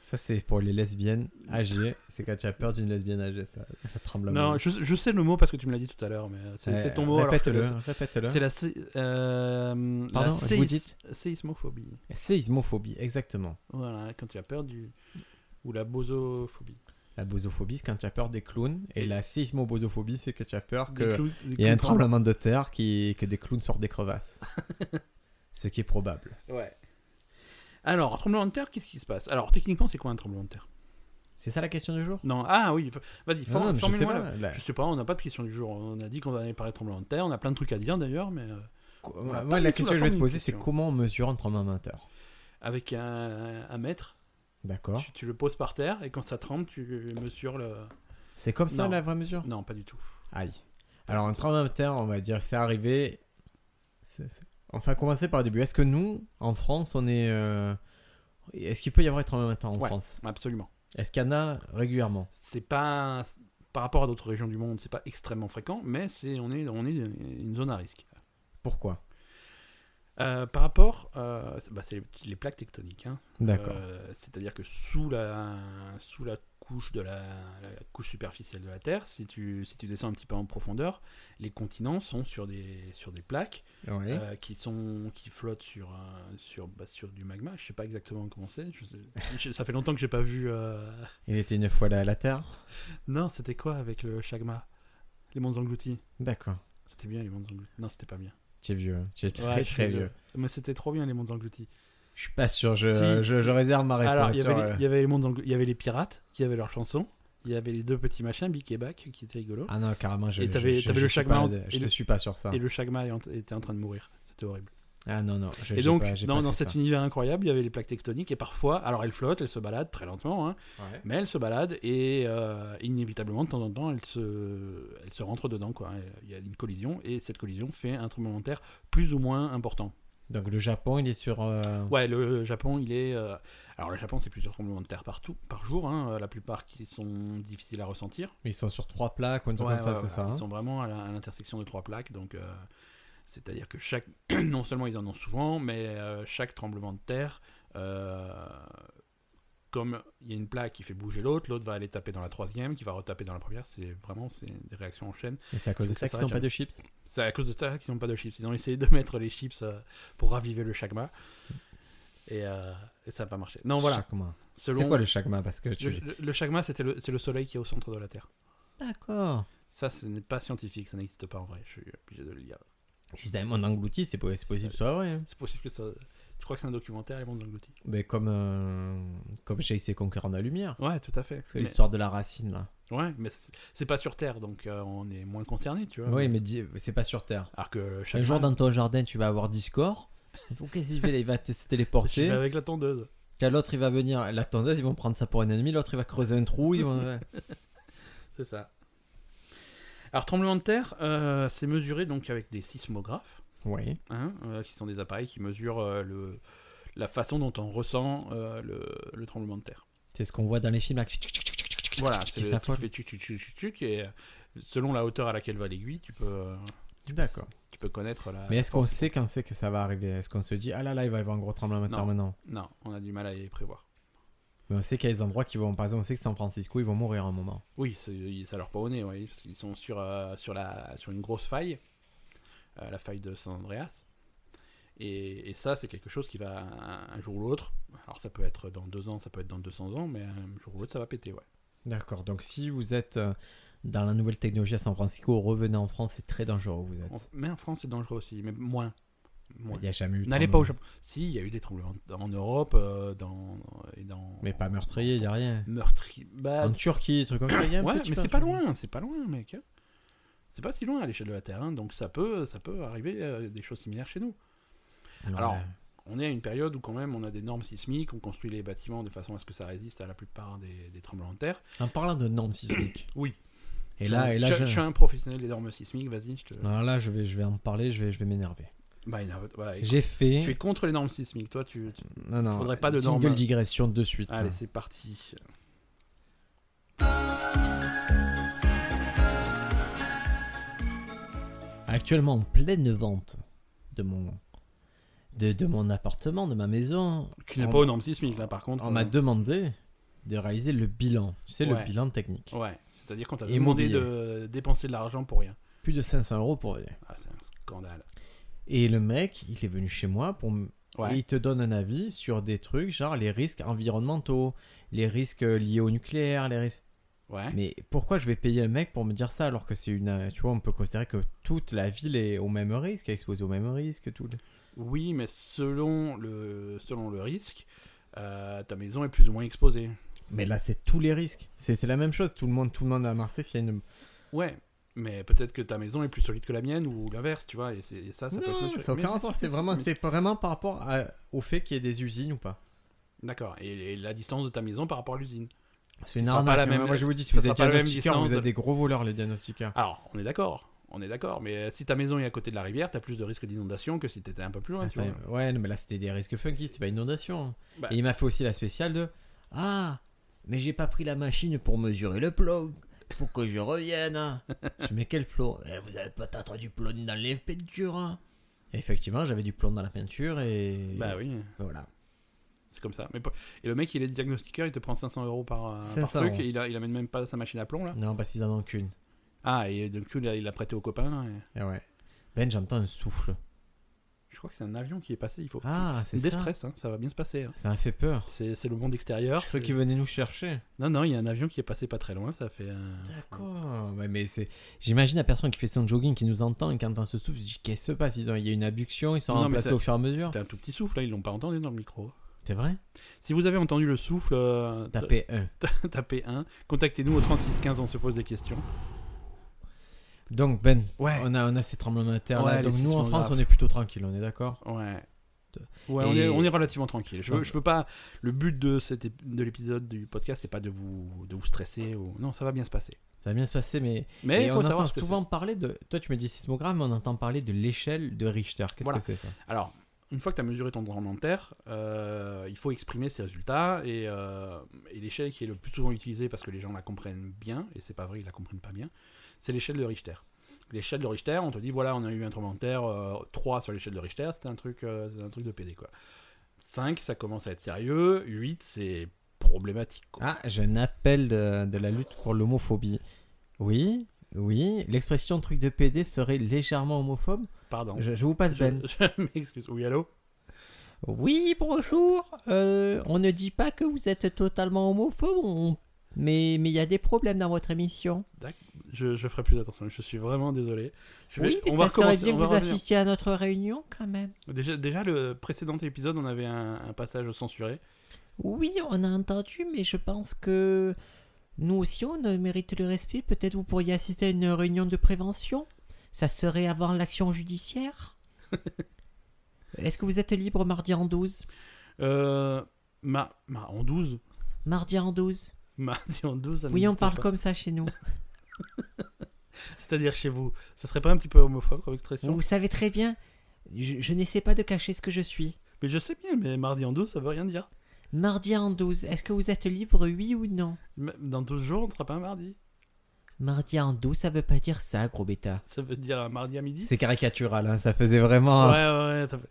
B: Ça, c'est pour les lesbiennes âgées. C'est quand tu as peur d'une lesbienne âgée, ça, ça tremble. à
A: Non,
B: mort.
A: je, je sais le mot parce que tu me l'as dit tout à l'heure, mais c'est
B: Euh,
A: c'est ton mot. alors je te
B: Répète-le,
A: laisse.
B: répète-le.
A: C'est la, sé- euh, la
B: Pardon,
A: séis-
B: vous dites
A: séismophobie.
B: Séismophobie, exactement.
A: Voilà, quand tu as peur du. Ou la bosophobie.
B: La bosophobie, c'est quand tu as peur des clowns. Et la séismobosophobie, c'est que tu as peur
A: Des
B: qu'il
A: clous- des
B: y ait un
A: clous tremblants.
B: tremblement de terre qui... que des clowns sortent
A: [LAUGHS]
B: des crevasses. Ce qui est probable.
A: Ouais. Alors, un tremblement de terre, qu'est-ce qui se passe Alors, techniquement, c'est quoi un tremblement de terre
B: C'est ça la question du jour
A: Non, ah oui, f- vas-y,
B: Non,
A: forme-
B: non, mais je sais
A: formule-moi. la-
B: pas. la-
A: Je sais pas, on n'a pas de question du jour. On a dit qu'on allait parler de tremblement de terre. On a plein de trucs à dire d'ailleurs, mais euh,
B: co-
A: on l'a
B: Moi,
A: pas
B: la
A: mis sous
B: question
A: la
B: que je vais te
A: forme
B: poser,
A: d'une
B: c'est
A: question.
B: comment on mesure un tremblement de terre
A: avec un, un mètre,
B: D'accord.
A: tu, tu le poses par terre et quand ça tremble, tu mesures le.
B: C'est comme ça
A: Non.
B: la vraie mesure
A: Non, pas du tout.
B: Aïe. Alors, un tremblement de terre, on va dire, c'est arrivé. c'est- c'est- On va commencer par le début. Est-ce que nous, en France, on est. euh, Est-ce qu'il peut y avoir un tremblement de terre en
A: Ouais.
B: France
A: Absolument.
B: Est-ce qu'il y en a régulièrement
A: C'est pas par rapport à d'autres régions du monde, c'est pas extrêmement fréquent, mais c'est on est on est une zone à risque.
B: Pourquoi
A: Euh, par rapport, euh, bah, c'est les, les plaques tectoniques. hein.
B: D'accord.
A: Euh, C'est-à-dire que sous la sous la couche de la, la couche superficielle de la Terre, si tu si tu descends un petit peu en profondeur, les continents sont sur des sur des plaques.
B: Oui.
A: euh, qui sont qui flottent sur euh, sur bah, sur du magma. Je sais pas exactement comment c'est. je sais- [LAUGHS] je- ça fait longtemps que j'ai pas vu. euh, [LAUGHS]
B: Il était une fois là à la terre
A: Non, c'était quoi avec le chagma Les mondes engloutis.
B: D'accord.
A: C'était bien les mondes engloutis. Non, c'était pas bien.
B: Tu es vieux. hein. Tu es très
A: Ouais, je
B: très
A: suis
B: vieux.
A: Mais c'était trop bien les mondes engloutis.
B: Je suis pas sûr. Je,
A: Si.
B: je, je réserve ma réponse.
A: Alors il y,
B: sur,
A: avait les,
B: euh,
A: il y avait les mondes engloutis- il y avait les pirates qui avaient leur chanson. Il y avait les deux petits machins, Bic et Bac, qui étaient rigolos.
B: Ah non, carrément, je,
A: Et
B: je-
A: t'avais-
B: je-
A: t'avais
B: je
A: le
B: suis
A: Chagma
B: pas-
A: en-
B: Je
A: et
B: te
A: le-
B: suis pas sur ça.
A: Et le chagma est en- était en train de mourir. C'était horrible.
B: Ah non, non. je-
A: Et
B: j'ai
A: donc,
B: pas- j'ai
A: dans,
B: pas
A: dans
B: fait
A: cet
B: ça.
A: univers incroyable, il y avait les plaques tectoniques. Et parfois, alors elles flottent, elles se baladent très lentement. hein,
B: Ouais.
A: Mais elle se balade et euh, inévitablement, de temps en temps, elle se, elle se rentre dedans. Quoi. Il y a une collision et cette collision fait un tremblement de terre plus ou moins important.
B: Donc le Japon, il est sur. euh,
A: Ouais, le Japon, il est. euh, Alors, le Japon, c'est plusieurs tremblements de terre partout, par jour. hein, euh, la plupart qui sont difficiles à ressentir.
B: Ils sont sur trois plaques, ou un truc
A: Ouais,
B: comme ça,
A: ouais,
B: c'est
A: ouais,
B: ça. hein
A: Ils sont vraiment à la- à l'intersection de trois plaques. Donc, euh, c'est-à-dire que chaque. [CLEARS THROAT] non seulement ils en ont souvent, mais euh, chaque tremblement de terre. euh, comme il y a une plaque qui fait bouger l'autre, l'autre va aller taper dans la troisième, qui va retaper dans la première. C'est vraiment c'est des réactions en chaîne.
B: Et c'est à cause de
A: Ça
B: ça qu'ils
A: s'arrête
B: n'ont pas de chips.
A: C'est à cause de ça qu'ils n'ont pas de chips. Ils ont essayé de [LAUGHS] mettre les chips euh, pour raviver le chagma. Et, euh, et ça n'a pas marché. Non, voilà.
B: Chagma.
A: Selon
B: C'est quoi le chagma Parce que
A: le,
B: tu.
A: le- le chagma, c'était le- c'est le soleil qui est au centre de la Terre.
B: D'accord.
A: Ça, ce n'est pas scientifique, ça n'existe pas en vrai. Je suis obligé de le dire.
B: Si c'est un englouti, c'est po- c'est possible, soit vrai. hein.
A: C'est possible que ça. Tu crois que c'est un documentaire, les mondes engloutis
B: Mais comme, euh, comme chez ses concurrents de la lumière.
A: Ouais, tout à fait.
B: Parce que
A: Mais,
B: l'histoire de la racine, là.
A: ouais, mais c'est- c'est pas sur Terre, donc euh, on est moins concerné, tu vois.
B: Oui, mais dis- c'est pas sur Terre.
A: Alors que le
B: Un
A: chagma,
B: jour, dans ton jardin, tu vas avoir Discord. Donc, qu'est-ce qu'il fait Il va t- se
A: je vais
B: téléporter.
A: avec la tondeuse.
B: T'as l'autre, il va venir. La tondeuse, ils vont prendre ça pour un ennemi. L'autre, il va creuser un trou. Ils [LAUGHS] vont...
A: C'est ça. Alors, tremblement de terre, euh, c'est mesuré donc avec des sismographes,
B: oui.
A: hein, euh, qui sont des appareils qui mesurent euh, le, la façon dont on ressent euh, le, le tremblement de terre.
B: C'est ce qu'on voit dans les films. Là.
A: Voilà,
B: Qui
A: c'est le
B: s'affole.
A: tu fais tuc, tuc, tuc, tuc, tuc, et euh, selon la hauteur à laquelle va l'aiguille, tu peux, euh,
B: D'accord.
A: tu peux connaître la.
B: Mais est-ce qu'on sait quand c'est que ça va arriver Est-ce qu'on se dit, ah là là, il va y avoir un gros tremblement de terre
A: Non.
B: maintenant
A: Non, on a du mal à y prévoir.
B: Mais on sait qu'il y a des endroits qui vont. Par exemple, on sait que San Francisco, ils vont mourir un moment.
A: Oui, c'est- ça leur pas au nez, ouais, parce qu'ils sont sur, euh, sur, la, sur une grosse faille, euh, la faille de San Andreas. Et, et ça, c'est quelque chose qui va un, un jour ou l'autre. Alors, ça peut être dans deux ans, ça peut être dans 200 ans, mais un jour ou l'autre, ça va péter, ouais.
B: D'accord. Donc, si vous êtes euh, dans la nouvelle technologie à San Francisco, revenez en France, c'est très dangereux où vous êtes.
A: En- mais en France, c'est dangereux aussi, mais moins. moins.
B: Il n'y a jamais eu. de
A: N'allez pas au
B: tremblement.
A: Japon. Si, il y a eu des tremblements en Europe, euh, dans, et dans.
B: Mais pas meurtrier, il n'y a rien.
A: Meurtri. Bah,
B: En Turquie, des trucs comme ça, il y a un
A: ouais,
B: petit
A: mais
B: peu,
A: c'est
B: tu
A: pas
B: vois.
A: loin, c'est pas loin, mec. hein. C'est pas si loin à l'échelle de la Terre, hein, donc ça peut, ça peut arriver euh, des choses similaires chez nous. Alors,
B: Ouais.
A: on est à une période où quand même on a des normes sismiques, on construit les bâtiments de façon à ce que ça résiste à la plupart des, des tremblements de terre.
B: En parlant de normes sismiques.
A: [COUGHS] Oui.
B: Et là,
A: je,
B: et là,
A: je,
B: je...
A: je suis un professionnel des normes sismiques, vas-y, je te...
B: Non, là, je vais, je vais en parler, je vais, je vais m'énerver.
A: Bah, il y en a- ouais,
B: J'ai
A: tu es
B: fait.
A: contre les normes sismiques, toi tu... tu-
B: Non, non.
A: faudrait pas de
B: jingle
A: normes.
B: digression de suite.
A: Allez, c'est parti.
B: actuellement en pleine vente de mon, de, de mon appartement, de ma maison.
A: Tu n'es
B: On-
A: pas aux normes sismiques là par contre.
B: On m'a
A: euh,
B: demandé de réaliser le bilan. Tu sais, le
A: Ouais.
B: bilan technique.
A: Ouais, c'est-à-dire qu'on t'a
B: Immobilier.
A: demandé de dépenser de l'argent pour rien.
B: Plus de 500 euros pour rien.
A: Ah, c'est un scandale.
B: Et le mec, il est venu chez moi pour me-
A: Ouais.
B: et il te donne un avis sur des trucs, genre les risques environnementaux, les risques euh, liés au nucléaire, les risques.
A: Ouais.
B: Mais pourquoi je vais payer un mec pour me dire ça alors que c'est une. euh, Tu vois, on peut considérer que toute la ville est au même risque, exposée au même risque, tout. le-
A: Oui, mais selon le, selon le risque, euh, ta maison est plus ou moins exposée.
B: Mais là, c'est tous les risques. C'est c'est la même chose. Tout le monde, tout le monde à Marseille, s'il y a une.
A: Ouais, mais peut-être que ta maison est plus solide que la mienne ou l'inverse, tu vois. Et, c'est- et Ah, ça, ça peut être
B: Non,
A: mesuré.
B: ça n'a
A: Mais
B: aucun rapport.
A: sûr,
B: C'est
A: sûr,
B: vraiment,
A: mais-
B: c'est vraiment par rapport à- au fait qu'il y ait des usines ou pas.
A: D'accord. Et, et la distance de ta maison par rapport à l'usine.
B: C'est une
A: sera
B: arnaque.
A: pas la
B: hein.
A: même-
B: Moi, je vous dis, si
A: ça
B: vous
A: sera
B: êtes
A: pas la même
B: diagnostiqueurs, vous
A: distance.
B: êtes des gros voleurs, les hein. diagnostiqueurs.
A: Alors, on est d'accord. On est d'accord. Mais euh, si ta maison est à côté de la rivière, t'as plus de risque d'inondation que si t'étais un peu plus loin, tu vois.
B: Attends, ouais, non, mais là c'était des risques funky, c'était pas inondation. hein.
A: Bah.
B: Et il m'a fait aussi la spéciale de Ah, mais j'ai pas pris la machine pour mesurer le plomb. Faut que je revienne. hein. je mets quel plomb Eh, Vous avez peut-être du plomb dans les peintures. hein. Et effectivement, j'avais du plomb dans la peinture et.
A: Bah oui,
B: Voilà.
A: c'est comme ça. Mais, pour- et le mec, il est diagnostiqueur, il te prend 500 euros par, euh, par
B: 500
A: truc.
B: euros.
A: et Il, a- il amène même pas sa machine à plomb, là.
B: Non, parce qu'ils en ont qu'une.
A: Ah, et donc il l'a- il l'a prêté au copain. et-
B: Eh ouais. Ben, j'entends un souffle.
A: Je crois que c'est un avion qui est passé. Il faut.
B: Ah, c'est ça.
A: Déstresse, hein, ça va bien se passer. hein.
B: Ça m'a fait peur.
A: C'est c'est le monde extérieur.
B: Ceux
A: c'est-
B: qui venaient nous chercher.
A: Non, non, il y a un avion qui est passé pas très loin, ça fait. euh, un-
B: D'accord. Ouais, mais c'est. J'imagine la personne qui fait son jogging, qui nous entend et qui entend ce souffle, se dit qu'est-ce qui se passe Ils ont... Il y a une abduction, ils sont
A: Non, mais
B: remplacés
A: ça-
B: au fur et à mesure.
A: C'était un tout petit souffle, là, ils l'ont pas entendu dans le micro.
B: C'est vrai
A: Si vous avez entendu le souffle, euh, ta- [LAUGHS]
B: Tapez 1.
A: tapez 1. Contactez-nous au 3615, on se pose des questions.
B: Donc Ben,
A: Ouais.
B: on, a, on a ces tremblements de terre.
A: Ouais,
B: là.
A: les
B: Donc nous en
A: sismographes.
B: France, on est plutôt tranquille, on est d'accord
A: Ouais. Ouais, on,
B: Et-
A: est, on est relativement tranquille. Je,
B: Ouais.
A: je veux pas. Le but de, cet ép- de l'épisode du podcast, c'est pas de vous, de vous stresser. Ou... Non, ça va bien se passer.
B: Ça va bien se passer, mais,
A: Mais
B: et
A: Eh, il
B: on
A: faut
B: entend
A: savoir ce que
B: souvent parler de... Toi, tu me dis sismogramme, mais on entend parler de l'échelle de Richter. Qu'est-ce
A: Voilà.
B: que c'est ça
A: c'est. Alors, une fois que tu as mesuré ton tremblement de terre, euh, il faut exprimer ces résultats. Et, euh, et l'échelle qui est le plus souvent utilisée parce que les gens la comprennent bien, et c'est pas vrai, ils la comprennent pas bien, c'est l'échelle de Richter. L'échelle de Richter, on te dit voilà, on a eu un tremblement de terre euh, 3 sur l'échelle de Richter, c'était un, truc, euh, c'est un truc de PD quoi. 5, ça commence à être sérieux. 8, c'est problématique quoi.
B: Ah, j'ai un appel de, de la lutte pour l'homophobie. Oui oui, l'expression truc de PD serait légèrement homophobe.
A: Pardon.
B: Je, je vous passe
A: Je-
B: Ben.
A: [LAUGHS] je m'excuse. Oui, allô
B: Oui, bonjour. Euh, on ne dit pas que vous êtes totalement homophobe, on- mais mais il y a des problèmes dans votre émission.
A: je, je ferai plus attention. Je suis vraiment désolé. Je vais-
B: Oui, mais
A: on
B: ça
A: va
B: serait
A: recommencer,
B: bien
A: on
B: que
A: va
B: vous
A: revenir.
B: assistiez à notre réunion quand même.
A: Déjà, déjà, le précédent épisode, on avait un, un passage censuré.
B: Oui, on a entendu, mais je pense que nous aussi, on euh, mérite le respect. Peut-être vous pourriez assister à une réunion de prévention. Ça serait avant
A: [LAUGHS]
B: l'action judiciaire. Est-ce que vous êtes libre mardi en 12
A: Euh, ma, ma- en 12
B: Mardi en 12
A: [LAUGHS] Mardi en 12, ça
B: Oui, on
A: n'existe
B: parle
A: pas.
B: comme ça
A: [LAUGHS]
B: chez nous.
A: C'est-à-dire chez vous. Ça serait pas un petit peu homophobe comme expression
B: vous savez très bien, je, je n'essaie pas de cacher ce que je suis.
A: Mais je sais bien, mais mardi en 12, ça veut rien dire.
B: Mardi en 12, est-ce que vous êtes libre, oui ou non
A: M- Dans 12 jours, on ne sera pas un mardi.
B: Mardi en 12, ça veut pas dire ça, gros bêta.
A: Ça veut dire un mardi à midi
B: C'est caricatural, hein, ça faisait vraiment...
A: Ouais, ouais, ouais. ça fait-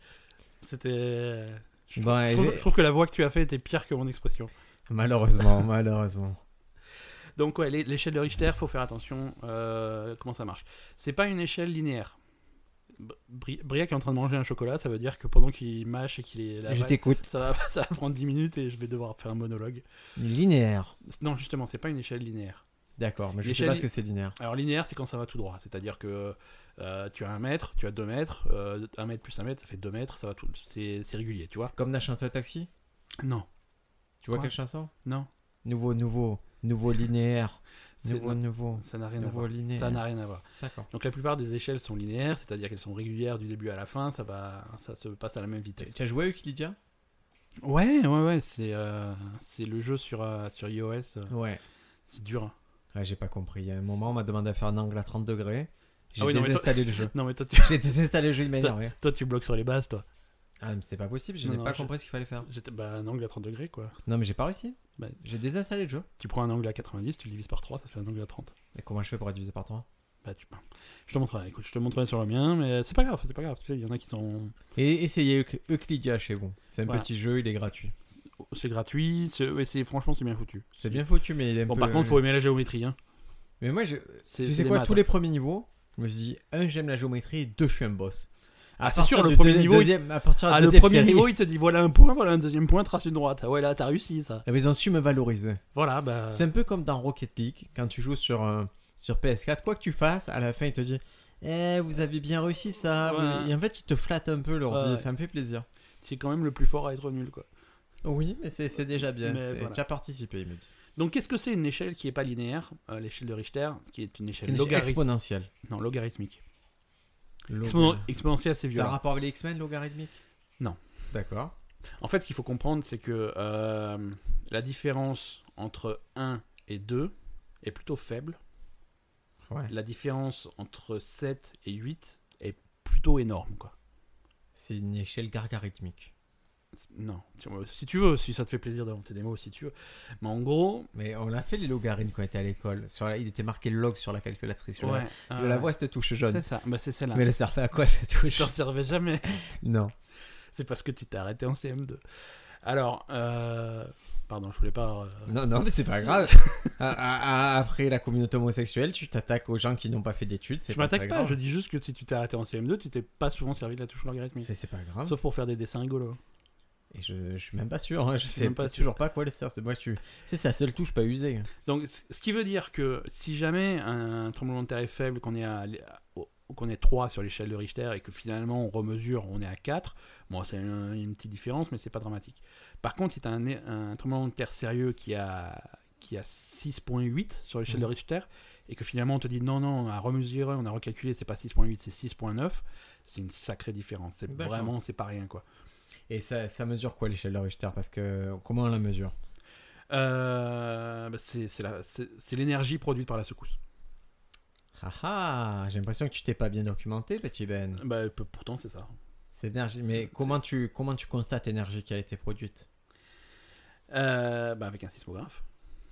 A: C'était. euh, Je,
B: Bon,
A: trouve, je trouve-
B: allez.
A: je trouve que la voix que tu as fait était pire que mon expression.
B: Malheureusement,
A: [LAUGHS]
B: malheureusement.
A: Donc ouais, l'é- l'échelle de Richter, faut faire attention. euh, comment ça marche C'est pas une échelle linéaire. Bri- Bri- Briac est en train de manger un chocolat, ça veut dire que pendant qu'il mâche et qu'il est là,
B: Je t'écoute.
A: ça va, [LAUGHS] ça va prendre 10 minutes et je vais devoir faire un monologue.
B: Linéaire.
A: Non, justement, c'est pas une échelle linéaire.
B: D'accord, mais je sais
A: L'échelle
B: pas
A: li-
B: ce que c'est linéaire.
A: Alors linéaire, c'est quand ça va tout droit, c'est-à-dire que euh, tu as un mètre, tu as deux mètres, euh, un mètre plus un mètre, ça fait deux mètres, ça va tout, c'est c'est régulier, tu vois
B: C'est comme la chanson de taxi
A: Non,
B: Tu vois
A: Quoi
B: quelle chanson
A: non,
B: Nouveau, nouveau, nouveau linéaire.
A: c'est-
B: Nouveau,
A: non,
B: nouveau,
A: ça n'a rien à
B: nouveau
A: voir. Ça n'a
B: linéaire.
A: rien à voir.
B: D'accord.
A: Donc la plupart des échelles sont linéaires, c'est-à-dire qu'elles sont régulières du début à la fin, ça va, ça se passe à la même
B: Tu
A: vitesse.
B: tu as joué à Euclidia
A: Ouais, ouais, ouais, c'est euh, c'est le jeu sur, euh, sur iOS, euh,
B: Ouais.
A: c'est dur. hein.
B: Ouais, j'ai pas compris. Il y a un moment, on m'a demandé à faire un angle à 30 degrés. J'ai
A: Ah oui, non, mais toi-
B: désinstallé le jeu.
A: [LAUGHS] Non mais toi tu,
B: J'ai désinstallé le jeu,
A: [LAUGHS]
B: il m'a énervé.
A: toi, tu bloques sur les bases, toi.
B: Ah, mais c'était pas possible, je
A: Non,
B: n'ai
A: non,
B: pas
A: je-
B: compris ce qu'il fallait faire.
A: J'étais bah, un angle à 30 degrés, quoi.
B: Non, mais j'ai pas réussi.
A: Bah,
B: J'ai désinstallé le jeu.
A: tu prends un angle à 90, tu le divises par 3, ça fait un angle à 30.
B: Et comment je fais pour être divisé par 3
A: Bah, tu- Je te montrerai, écoute, je te montrerai sur le mien, mais c'est pas grave, c'est pas grave. tu sais, Il y en a qui sont.
B: Et essayez Euc- Euclidia chez vous. C'est un
A: Voilà.
B: petit jeu, il est gratuit.
A: C'est gratuit, c'est... ouais, c'est- franchement, c'est bien foutu.
B: C'est bien foutu, mais il est un
A: Bon,
B: peu-
A: par contre, faut aimer la géométrie. Hein.
B: Mais moi, je...
A: C'est-
B: tu
A: c'est
B: sais
A: des
B: quoi,
A: maths,
B: tous
A: hein.
B: les premiers niveaux, je me suis dit, un, j'aime la géométrie, deux, je suis un boss. À
A: Ah, c'est
B: partir
A: sûr, le
B: du
A: premier
B: deuxi-
A: niveau, il-
B: deuxième- à partir de
A: Ah, le
B: deuxième
A: premier
B: série,
A: niveau, il te dit voilà un point, voilà un deuxième point, trace une droite. Ah ouais, là, t'as réussi ça.
B: ah, mais Ils ont su me valoriser.
A: Voilà, bah.
B: C'est un peu comme dans Rocket League, quand tu joues sur, euh, sur PS4, quoi que tu fasses, à la fin, il te dit Eh, vous avez bien réussi ça.
A: Voilà.
B: oui. Et en fait, il te flatte un peu, leur
A: Ouais,
B: dit,
A: ouais.
B: ça me fait plaisir.
A: C'est quand même le plus fort à être nul, quoi.
B: Oui, mais c'est c'est déjà bien.
A: Mais
B: c'est-
A: voilà.
B: Tu as participé, il me dit.
A: Donc, qu'est-ce que c'est une échelle qui est pas linéaire euh, L'échelle de Richter, qui est une
B: C'est
A: échelle,
B: une échelle
A: logarithmique.
B: exponentielle.
A: Non, logarithmique.
B: Logarithme.
A: Expo- Exponentielle, c'est
B: Ça a
A: violent.
B: rapport avec les X-Men, logarithmique
A: Non.
B: D'accord.
A: En fait, ce qu'il faut comprendre, c'est que euh, la différence entre 1 et 2 est plutôt faible.
B: Ouais.
A: La différence entre 7 et 8 est plutôt énorme, quoi.
B: C'est une échelle gargarythmique.
A: Non, tu- si tu veux, si ça te fait plaisir d'inventer des mots, si tu veux. Mais en gros,
B: Mais on a fait les logarithmes quand on était à l'école. Sur la- Il était marqué log sur la calculatrice. Sur
A: ouais,
B: la...
A: euh,
B: Je la vois, cette touche jaune.
A: C'est ça, bah, c'est celle-là.
B: Mais elle servait à quoi cette
A: Je
B: touche
A: t'en servais jamais. [LAUGHS]
B: Non.
A: C'est parce que tu t'es arrêté en CM2. Alors, euh, pardon, je voulais pas. euh,
B: Non, non, mais c'est
A: [LAUGHS]
B: pas grave. À- à- à- Après la communauté homosexuelle, tu t'attaques aux gens qui n'ont pas fait d'études. c'est
A: Je m'attaque
B: très
A: pas,
B: grave.
A: je dis juste que si tu t'es arrêté en CM2, tu t'es pas souvent servi de la touche logarithmique.
B: C'est c'est pas grave.
A: Sauf pour faire des dessins rigolos.
B: Et je, je suis même pas sûr. hein, Je sais
A: même pas
B: toujours pas à quoi elle sert. C'est moi, je suis- c'est sa seule touche pas usée.
A: Donc, c- ce qui veut dire que si jamais un tremblement de terre est faible, qu'on est à au- qu'on est 3 sur l'échelle de Richter et que finalement on remesure, on est à 4, bon, c'est un- une petite différence, mais c'est pas dramatique. Par contre, si tu as un, é- un tremblement de terre sérieux qui a, qui a 6,8 sur l'échelle
B: Mhm.
A: de Richter et que finalement on te dit non, non, on a remesuré, on a recalculé, c'est pas 6,8, c'est 6,9, c'est une sacrée différence. C'est
B: D'accord.
A: vraiment, c'est pas rien quoi.
B: Et ça, ça mesure quoi l'échelle de Richter Parce que comment on la mesure
A: Euh, bah, c'est c'est la- c'est- c'est l'énergie produite par la secousse.
B: Ah ah, j'ai l'impression que tu t'es pas bien documenté, petit Ben.
A: Bah, p- pourtant, c'est ça.
B: C'est énergie. Mais comment tu, comment tu constates l'énergie qui a été produite
A: Euh, bah, avec un sismographe.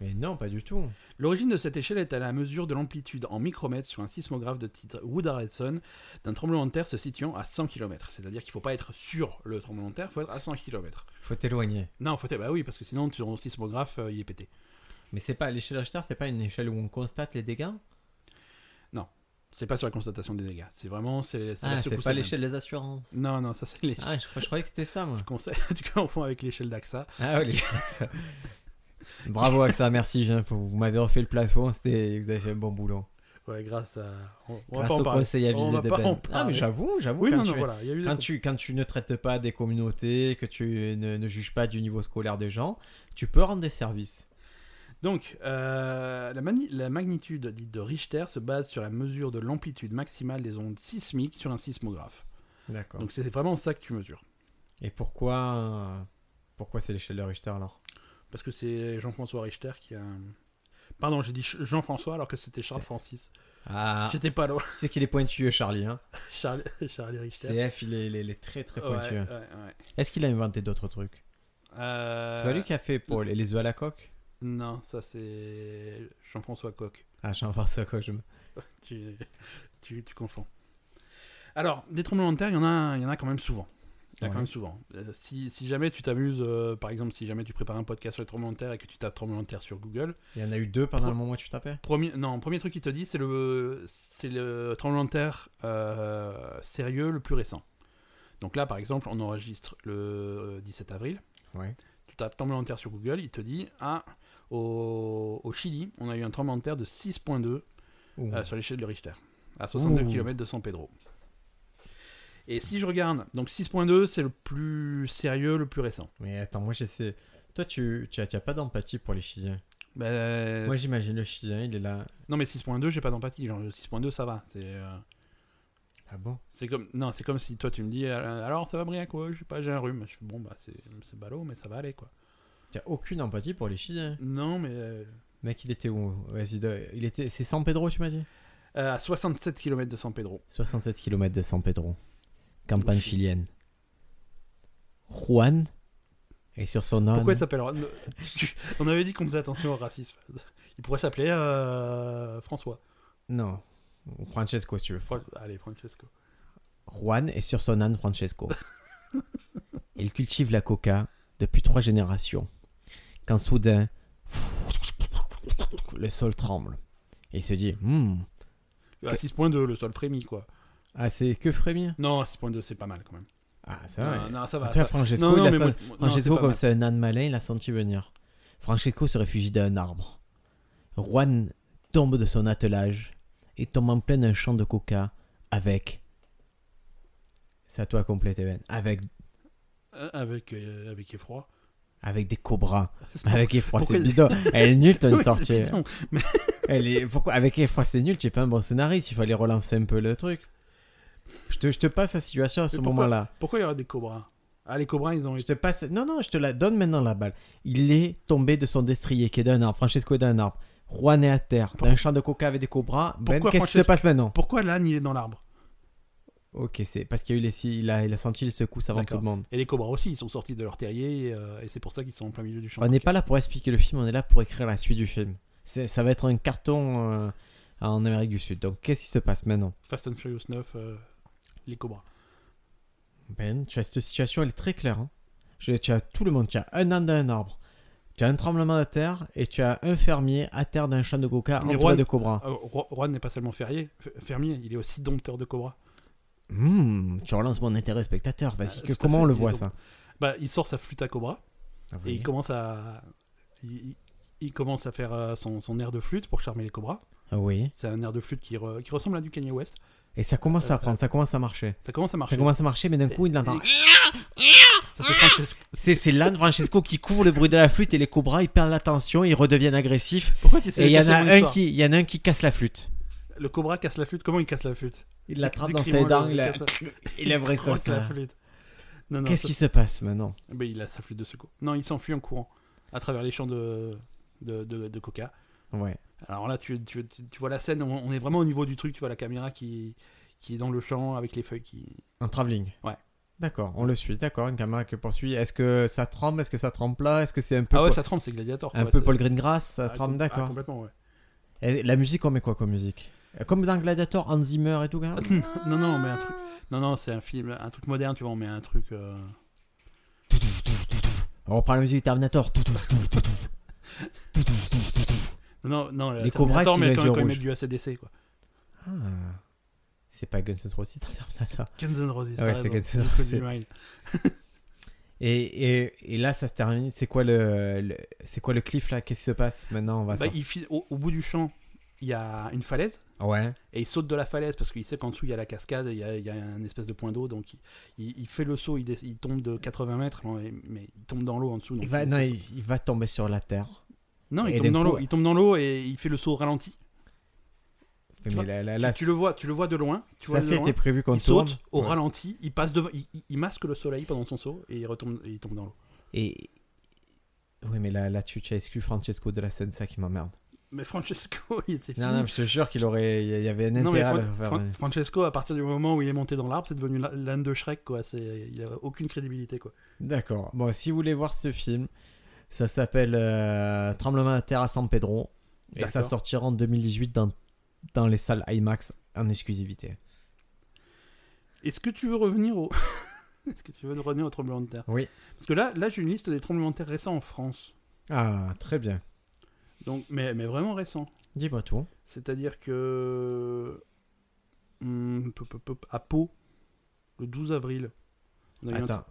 B: Mais non, pas du tout.
A: L'origine de cette échelle est à la mesure de l'amplitude en micromètres sur un sismographe de titre Wood Harrelson d'un tremblement de terre se situant à 100 km. C'est-à-dire qu'il faut pas être sur le tremblement de terre, faut être à 100 km.
B: Faut t'éloigner.
A: Non, faut être... bah oui, parce que sinon, ton sismographe, euh, il est pété.
B: Mais c'est pas l'échelle Richter, c'est pas une échelle où on constate les dégâts.
A: C'est pas sur la constatation des dégâts. C'est vraiment. C'est c'est la Mm.
B: Ah, c'est
A: secousse
B: pas
A: elle-même.
B: l'échelle des assurances.
A: Non, non, ça, c'est l'échelle.
B: Ah, je, je croyais que c'était
A: [LAUGHS]
B: ça, moi.
A: Tu constates- Tu confonds avec l'échelle d'AXA.
B: Ah oui, [LAUGHS] les Bravo AXA, merci, Jean, pour- vous m'avez refait le plafond, c'était, vous avez fait un bon boulot.
A: Ouais, grâce à. On, on va
B: Grâce
A: pas en
B: au
A: parler.
B: conseil
A: On
B: avisé
A: va
B: de
A: pas en
B: Ben. Ah mais
A: parler.
B: j'avoue, j'avoue,
A: Oui,
B: quand,
A: non, non,
B: tu,
A: voilà. Il y a eu des-
B: quand, tu, quand tu ne traites pas des communautés, que tu ne, ne juges pas du niveau scolaire des gens, tu peux rendre des services.
A: Donc, euh, la, mani- la magnitude dite de Richter se base sur la mesure de l'amplitude maximale des ondes sismiques sur un sismographe.
B: D'accord.
A: Donc, c'est vraiment ça que tu mesures.
B: Et pourquoi, euh, pourquoi c'est l'échelle de Richter alors
A: Parce que c'est Jean-François Richter qui a. un- Pardon, j'ai dit Ch- Jean-François alors que c'était Charles Francis.
B: Ah,
A: J'étais pas loin. [LAUGHS]
B: tu sais qu'il est pointueux, Charlie. Hein
A: Charles, Charlie Richter.
B: CF, il est, il est- il est très très
A: Ouais,
B: pointueux.
A: ouais, ouais.
B: Est-ce qu'il a inventé d'autres trucs
A: Euh,
B: C'est pas lui qui a fait Paul et les œufs à la coque
A: Non, ça c'est Jean-François Coq.
B: Ah, Jean-François Coq, je me-
A: tu, [LAUGHS] tu, tu confonds. Alors, des tremblements de terre, il y en a, il y en a quand même souvent. Il y en a
B: Ouais.
A: quand même souvent. Euh, si, si jamais tu t'amuses, euh, par exemple, si jamais tu prépares un podcast sur les tremblements de terre et que tu tapes tremblement de terre sur Google,
B: Il y en a eu deux pendant
A: Pro-
B: le moment où tu tapais
A: premier, non, premier truc qu'il te dit, c'est le, c'est le tremblement de terre euh, sérieux le plus récent. Donc là, par exemple, on enregistre le 17 avril.
B: Ouais.
A: Tu tapes tremblement de terre sur Google, il te dit, ah, au, au Chili, on a eu un tremblement de terre de 6.2
B: Ouh.
A: euh, sur l'échelle de Richter, à 62
B: Ouh.
A: km de San Pedro. Et si je regarde, donc 6.2, c'est le plus sérieux, le plus récent.
B: Mais attends, moi j'essaie. Toi, tu tu as, tu as pas d'empathie pour les Chiliens.
A: Ben,
B: Moi, j'imagine le Chilien, il est là.
A: Non, mais 6.2, j'ai pas d'empathie. Genre, 6.2, ça va. C'est euh,
B: Ah bon
A: c'est comme... Non, c'est comme si toi, tu me dis, euh, alors ça va bien, quoi Je sais pas, j'ai un rhume. Je fais, bon, bah, c'est c'est ballot, mais ça va aller, quoi.
B: Tu as aucune empathie pour les Chiliens.
A: Non, mais euh,
B: Mec, il était où Vas-y, de- il était. C'est San Pedro, tu m'as dit
A: euh, à 67 km de San Pedro.
B: 67 km de San Pedro. Campagne
A: Au Chili.
B: chilienne. Juan est sur son âne.
A: Pourquoi il s'appelle [LAUGHS] On avait dit qu'on faisait attention au racisme. Il pourrait s'appeler euh, François.
B: Non. Ou Francesco, si tu veux.
A: Fran- Allez, Francesco.
B: Juan est sur son âne [LAUGHS] Francesco. Il cultive la coca depuis trois générations. Quand soudain, le sol tremble. Il se dit Hmm,
A: À 6.2, le sol frémit, quoi.
B: Ah, c'est que frémir
A: Non, 6.2, c'est pas mal quand même.
B: Ah, ça va.
A: non, non, ça va.
B: Tu vois,
A: ça-
B: Francesco,
A: Non,
B: il
A: non,
B: a
A: mais
B: sen-
A: moi, moi- non,
B: Francesco,
A: c'est pas
B: comme
A: mal.
B: c'est un âne malin, il l'a senti venir. Francesco se réfugie d'un arbre. Juan tombe de son attelage et tombe en plein un champ de coca avec. C'est à toi de compléter, Ben. Avec,
A: Euh, Avec, euh, avec effroi.
B: avec des cobras. Avec effroi, c'est
A: [LAUGHS] Pourquoi-
B: bidon. Elle
A: [LAUGHS]
B: est nulle ton
A: Oui, c'est
B: sortie.
A: bidon.
B: Elle est... Pourquoi Avec effroi, c'est nul. Tu es pas un bon scénariste. Il fallait relancer un peu le truc. Je te, je te passe la situation à ce
A: Mais pourquoi-
B: moment-là.
A: Pourquoi il y aura des cobras Ah, les cobras, ils ont
B: Je te passe. Non, non, je te la donne maintenant la balle. Il est tombé de son destrier qui est d'un arbre. Francesco est d'un arbre. Juan est à terre. Dans un champ de coca avec des cobras. Ben,
A: Pourquoi
B: qu'est-ce qui se
A: Francesco-
B: passe maintenant
A: Pourquoi l'âne, il est dans l'arbre
B: Ok, c'est parce qu'il y a eu les si- il a, il a senti les secousses avant tout
A: D'accord.
B: le monde.
A: Et les cobras aussi, ils sont sortis de leur terrier, euh, et c'est pour ça qu'ils sont en plein milieu du champ.
B: On n'est pas là pour expliquer le film, on est là pour écrire la suite du film. C'est- Ça va être un carton euh, en Amérique du Sud. Donc qu'est-ce qui se passe maintenant
A: Fast and Furious 9, euh, les cobras.
B: Ben, tu as cette situation, elle est très claire. hein. Je- tu as tout le monde, tu as un âne dans un arbre, tu as un tremblement de terre et tu as un fermier à terre d'un champ de coca
A: Mais
B: entouré
A: Juan-
B: de cobras.
A: Euh, Ro- Juan n'est pas seulement ferrier, f- fermier, il est aussi dompteur de cobras.
B: Hmm, tu relances mon intérêt spectateur, vas-y.
A: Ah,
B: que-
A: tout à
B: comment
A: fait,
B: on le
A: il est
B: voit
A: donc- ah
B: ça
A: Bah, il sort sa flûte à cobra, et
B: Oui.
A: il commence à. Il, il- il commence à faire euh, son, son air de flûte pour charmer les cobras.
B: Ah oui.
A: C'est un air de flûte qui, re- qui ressemble à du Kanye West.
B: Et ça commence à
A: Euh,
B: prendre, ça commence à marcher.
A: Ça commence à
B: Ça
A: marcher.
B: commence à marcher, mais d'un coup, il l'entend.
A: Ça, c'est Francesco.
B: C'est c'est l'âne Francesco qui couvre le bruit de la flûte et les cobras, ils perdent l'attention, ils redeviennent agressifs.
A: Pourquoi tu
B: Et
A: sais
B: il y, en
A: casser
B: a
A: mon
B: un
A: histoire
B: qui- il y en a un qui casse la flûte.
A: Le cobra casse la flûte. Comment il casse la flûte
B: Il l'attrape dans
A: Décris-moi
B: ses
A: le-
B: dents, il la-
A: casse la-
B: il la brise comme
A: croque la
B: ça.
A: flûte. Non, non,
B: Qu'est-ce
A: ça-
B: qui se passe maintenant
A: Ben, il a sa flûte de secours. Non, il s'enfuit en courant à travers les champs de, de, de- de coca.
B: Ouais.
A: Alors là, tu, tu- tu- tu vois la scène, on, on est vraiment au niveau du truc, tu vois la caméra qui, qui est dans le champ avec les feuilles qui.
B: Un travelling.
A: Ouais.
B: D'accord, on le suit, d'accord, une caméra qui poursuit. Est-ce que ça tremble Est-ce que ça tremble pas Est-ce que c'est un peu,
A: Ah ouais,
B: Paul-
A: ça tremble, c'est Gladiator.
B: un
A: quoi,
B: peu
A: c'est-
B: Paul Greengrass Ça
A: Ah,
B: tremble,
A: com- ah,
B: d'accord.
A: complètement, ouais. [LAUGHS]
B: Et la musique, on met quoi comme musique Comme dans Gladiator, Hans Zimmer et tout, quand même
A: non, non, mais un truc. Non, non, c'est un film, un truc moderne, tu vois, on met un truc. euh,
B: On reprend la musique du Terminator. Tout, tout, tout, tout, tout. Tout, tout, tout, tout, tout.
A: Non, non, non,
B: Les cobras,
A: Terminator,
B: est-ce
A: mais
B: qu'ils
A: quand,
B: ont
A: quand
B: les yeux
A: ils
B: rouges
A: mettent du ACDC, quoi.
B: Ah. C'est pas Guns N' Roses dans Terminator.
A: Guns N' Roses,
B: Ah ouais,
A: t'as
B: c'est
A: raison.
B: Guns N'
A: J'ai cru du
B: Roses.
A: mal.
B: Et, et, et là, ça se termine. C'est quoi le, le- c'est quoi le cliff là Qu'est-ce qui se passe maintenant On va
A: Bah,
B: sortir.
A: il fi- au- au bout du champ, il y a une falaise.
B: Ouais.
A: Et il saute de la falaise parce qu'il sait qu'en dessous il y a la cascade, et il y a, il y a un espèce de point d'eau, donc il, il- il fait le saut, il, dé- il tombe de 80 mètres, mais, mais il tombe dans l'eau en dessous. donc
B: Il va,
A: il-
B: non, il, il va tomber sur la terre.
A: Non, il
B: et
A: tombe
B: d'un
A: dans
B: coup,
A: l'eau, il tombe dans l'eau et il fait le saut au ralenti.
B: Mais
A: vois,
B: là, là,
A: Tu-
B: là,
A: tu, le vois, tu le vois de loin, tu vois
B: ça
A: de
B: c'était
A: loin.
B: prévu qu'on
A: Il saute
B: tourne.
A: au
B: Ouais.
A: ralenti, il passe devant, il, il- il masque le soleil pendant son saut et il retombe, et il tombe dans l'eau.
B: Et oui, mais là, là tu, tu as exclu Francesco de la scène, ça qui m'emmerde.
A: Mais Francesco, [LAUGHS] il était fini.
B: Non, non, je te jure qu'il aurait, il y avait un
A: Non, mais
B: intérêt à
A: Fran-
B: le faire.
A: Fran- Francesco, à partir du moment où il est monté dans l'arbre, c'est devenu la- l'âne de Shrek, quoi. C'est, il a aucune crédibilité, quoi.
B: D'accord. Bon, si vous voulez voir ce film, ça s'appelle euh, Tremblement de terre à San Pedro. Et ça
A: D'accord.
B: sortira en 2018 dans, dans les salles IMAX en exclusivité.
A: Est-ce que tu veux revenir au. [LAUGHS] Est-ce que tu veux revenir au tremblement de terre
B: Oui.
A: Parce que là, là j'ai une liste des tremblements de terre récents en France.
B: Ah, très bien.
A: Donc, mais, mais vraiment récents.
B: Dis-moi tout.
A: C'est-à-dire que. Hum, pop, pop, pop, à Pau, le 12 avril. On a eu un
B: Attends.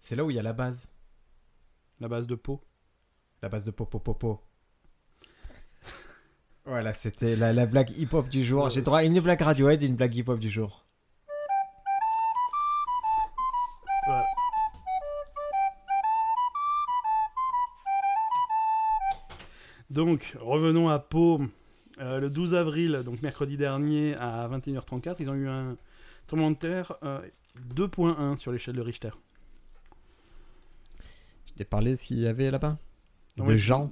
B: C'est là où il y a la base.
A: tr- la base de Pau.
B: La base de Popo Popo. [LAUGHS] voilà, c'était la, la blague hip-hop du jour. J'ai droit à une blague Radiohead et une blague hip-hop du jour.
A: Voilà. Donc, revenons à Pau. Euh, le 12 avril, donc mercredi dernier, à 21h34, ils ont eu un tremblement de terre euh, 2.1 sur l'échelle de Richter.
B: Je t'ai parlé de ce qu'il y avait là-bas
A: Non,
B: De
A: mais-
B: Jean.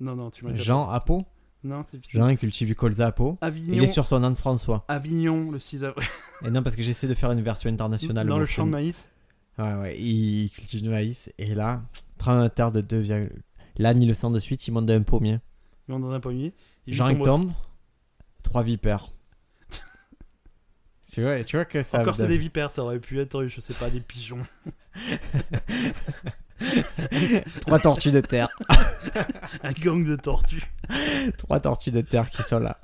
A: Non, non, tu m'as déjà-
B: Jean à Pau.
A: Non, c'est fini.
B: Jean, il cultive du colza à Pau. Il
A: Avignon,
B: est sur son âne François.
A: Avignon, le 6 avril.
B: Et non, parce que j'essaie de faire une version internationale.
A: dans
B: mon
A: le champ de
B: film.
A: maïs.
B: Ouais, ouais, il cultive du maïs. Et là, train de terre de 2, L'âne, il le sent de suite, il monte d'un pommier.
A: Ils vont dans un pommier. Ils
B: Jean, il
A: tombent
B: tombe.
A: [LAUGHS]
B: Trois vipères. tu, vois, tu vois que ça.
A: Encore, c'est des vipères, ça aurait pu être, je sais pas, des pigeons. [LAUGHS]
B: [LAUGHS] Trois tortues de terre.
A: Un gang de tortues.
B: Trois tortues de terre qui sont là.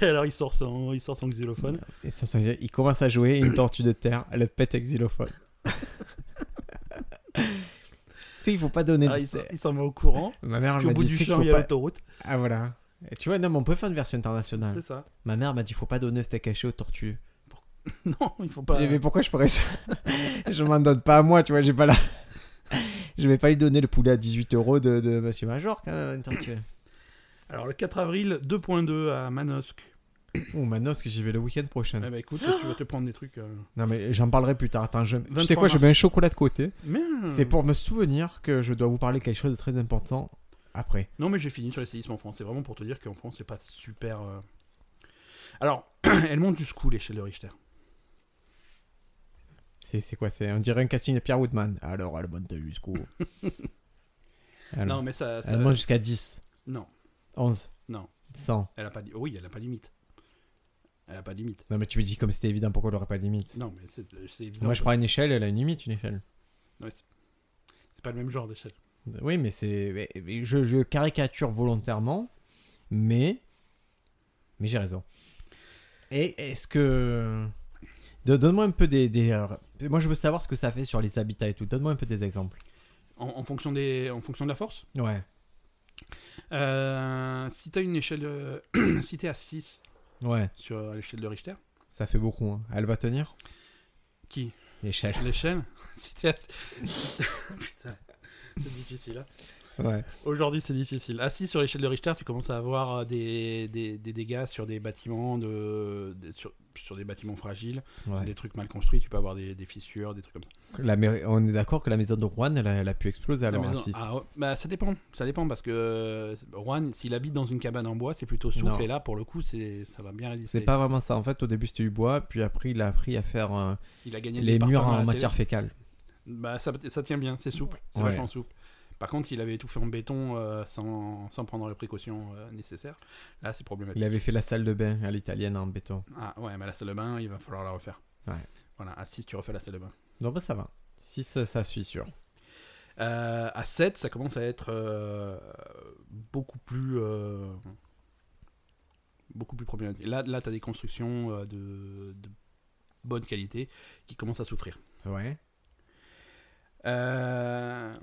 A: Et alors, il sort son, il sort son xylophone.
B: Et ça, ça veut dire, il commence à jouer une tortue de terre, elle pète avec xylophone. [LAUGHS] c'est il faut pas donner
A: Ah,
B: de...
A: il s'en- il s'en va au courant.
B: Ma mère elle
A: Puis
B: m'a
A: au bout
B: dit
A: du
B: c'est qu'il
A: champ,
B: faut
A: il y a
B: pas...
A: l'autoroute.
B: Ah voilà. Et tu vois, non, mais on peut faire une version internationale.
A: C'est ça.
B: Ma mère m'a dit faut pas donner steak haché aux tortues.
A: [LAUGHS] Non, il faut pas.
B: Mais pourquoi je
A: [LAUGHS]
B: pourrais ça Je m'en donne pas à moi, tu vois, j'ai pas la... je vais pas lui donner le poulet à 18 euros de, de Monsieur Major, quand même, une
A: [COUGHS]
B: tortue.
A: Alors, le 4 avril, 2.2 à Manosque.
B: Ou maintenant, parce que j'y vais le week-end prochain.
A: Eh ben écoute, tu vas te prendre des trucs. euh,
B: Non, mais j'en parlerai plus tard. Attends, je... tu sais
A: 23
B: quoi, je
A: mars.
B: mets un chocolat de côté.
A: Mais. euh,
B: C'est pour me souvenir que je dois vous parler quelque chose de très important après.
A: Non, mais j'ai fini sur les séismes en France. C'est vraiment pour te dire qu'en France, c'est pas super. euh. Alors, [CLEARS THROAT] elle monte jusqu'où l'échelle de Richter
B: C'est c'est quoi c'est On dirait un casting de Pierre Woodman. Alors, elle monte
A: [LAUGHS]
B: jusqu'où Alors,
A: Non, mais ça. ça-
B: Elle monte jusqu'à 10,
A: Non,
B: 11,
A: Non.
B: 100.
A: elle a pas. di- Oui, elle a pas de limite. Elle a pas de limite.
B: Non, mais tu me dis comme c'était évident, pourquoi elle aurait pas de limite
A: Non, mais c'est c'est évident.
B: Moi, je prends une échelle, elle a une limite, une échelle.
A: Ouais, c'est c'est pas le même genre d'échelle.
B: Oui, mais c'est. mais- mais Je, je caricature volontairement, mais. Mais j'ai raison. Et est-ce que. Don- Donne-moi un peu des, des. Moi, je veux savoir ce que ça fait sur les habitats et tout. Donne-moi un peu des exemples.
A: En, en fonction des, en fonction de la force.
B: Ouais.
A: Euh, si t'as une échelle, de- [CLEARS THROAT] si t'es à 6
B: Ouais,
A: sur l'échelle de Richter,
B: ça fait beaucoup. hein. Elle va tenir
A: qui
B: L'échelle.
A: L'échelle [LAUGHS] Si t'es à... [LAUGHS] Putain, c'est difficile. hein.
B: Ouais.
A: Aujourd'hui, c'est difficile. Assis sur l'échelle de Richter, tu commences à avoir euh, des, des, des dégâts sur des bâtiments de, des- sur, sur des bâtiments fragiles, des trucs mal construits. Tu peux avoir des, des fissures, des trucs comme ça.
B: La mai- On est d'accord que la maison de Rouen, elle a, elle a pu exploser alors
A: La
B: à
A: maison-
B: 6.
A: ah, ouais, bah, ça dépend. Ça dépend parce que euh, Juan, s'il habite dans une cabane en bois, c'est plutôt souple.
B: Non.
A: Et là, pour le coup, c'est ça va bien résister.
B: C'est pas vraiment ça. En fait, au début, c'était du bois, puis après, il a appris à faire euh,
A: Il a gagné le
B: les murs
A: département à
B: en
A: la télé.
B: matière fécale.
A: Bah, ça, ça tient bien. C'est souple. C'est
B: Ouais.
A: vachement souple. Par contre, il avait tout fait en béton euh, sans, sans prendre les précautions euh, nécessaires. Là, c'est problématique.
B: Il avait fait la salle de bain à l'italienne en béton.
A: Ah ouais, mais la salle de bain, il va falloir la refaire.
B: Ouais.
A: Voilà, à 6, tu refais la salle de bain.
B: Non, bah ça va. 6, ça, ça suit sûr.
A: Euh, à 7, ça commence à être euh, beaucoup plus. euh, beaucoup plus problématique. Là, là tu as des constructions euh, de, de bonne qualité qui commencent à souffrir.
B: Ouais.
A: Euh,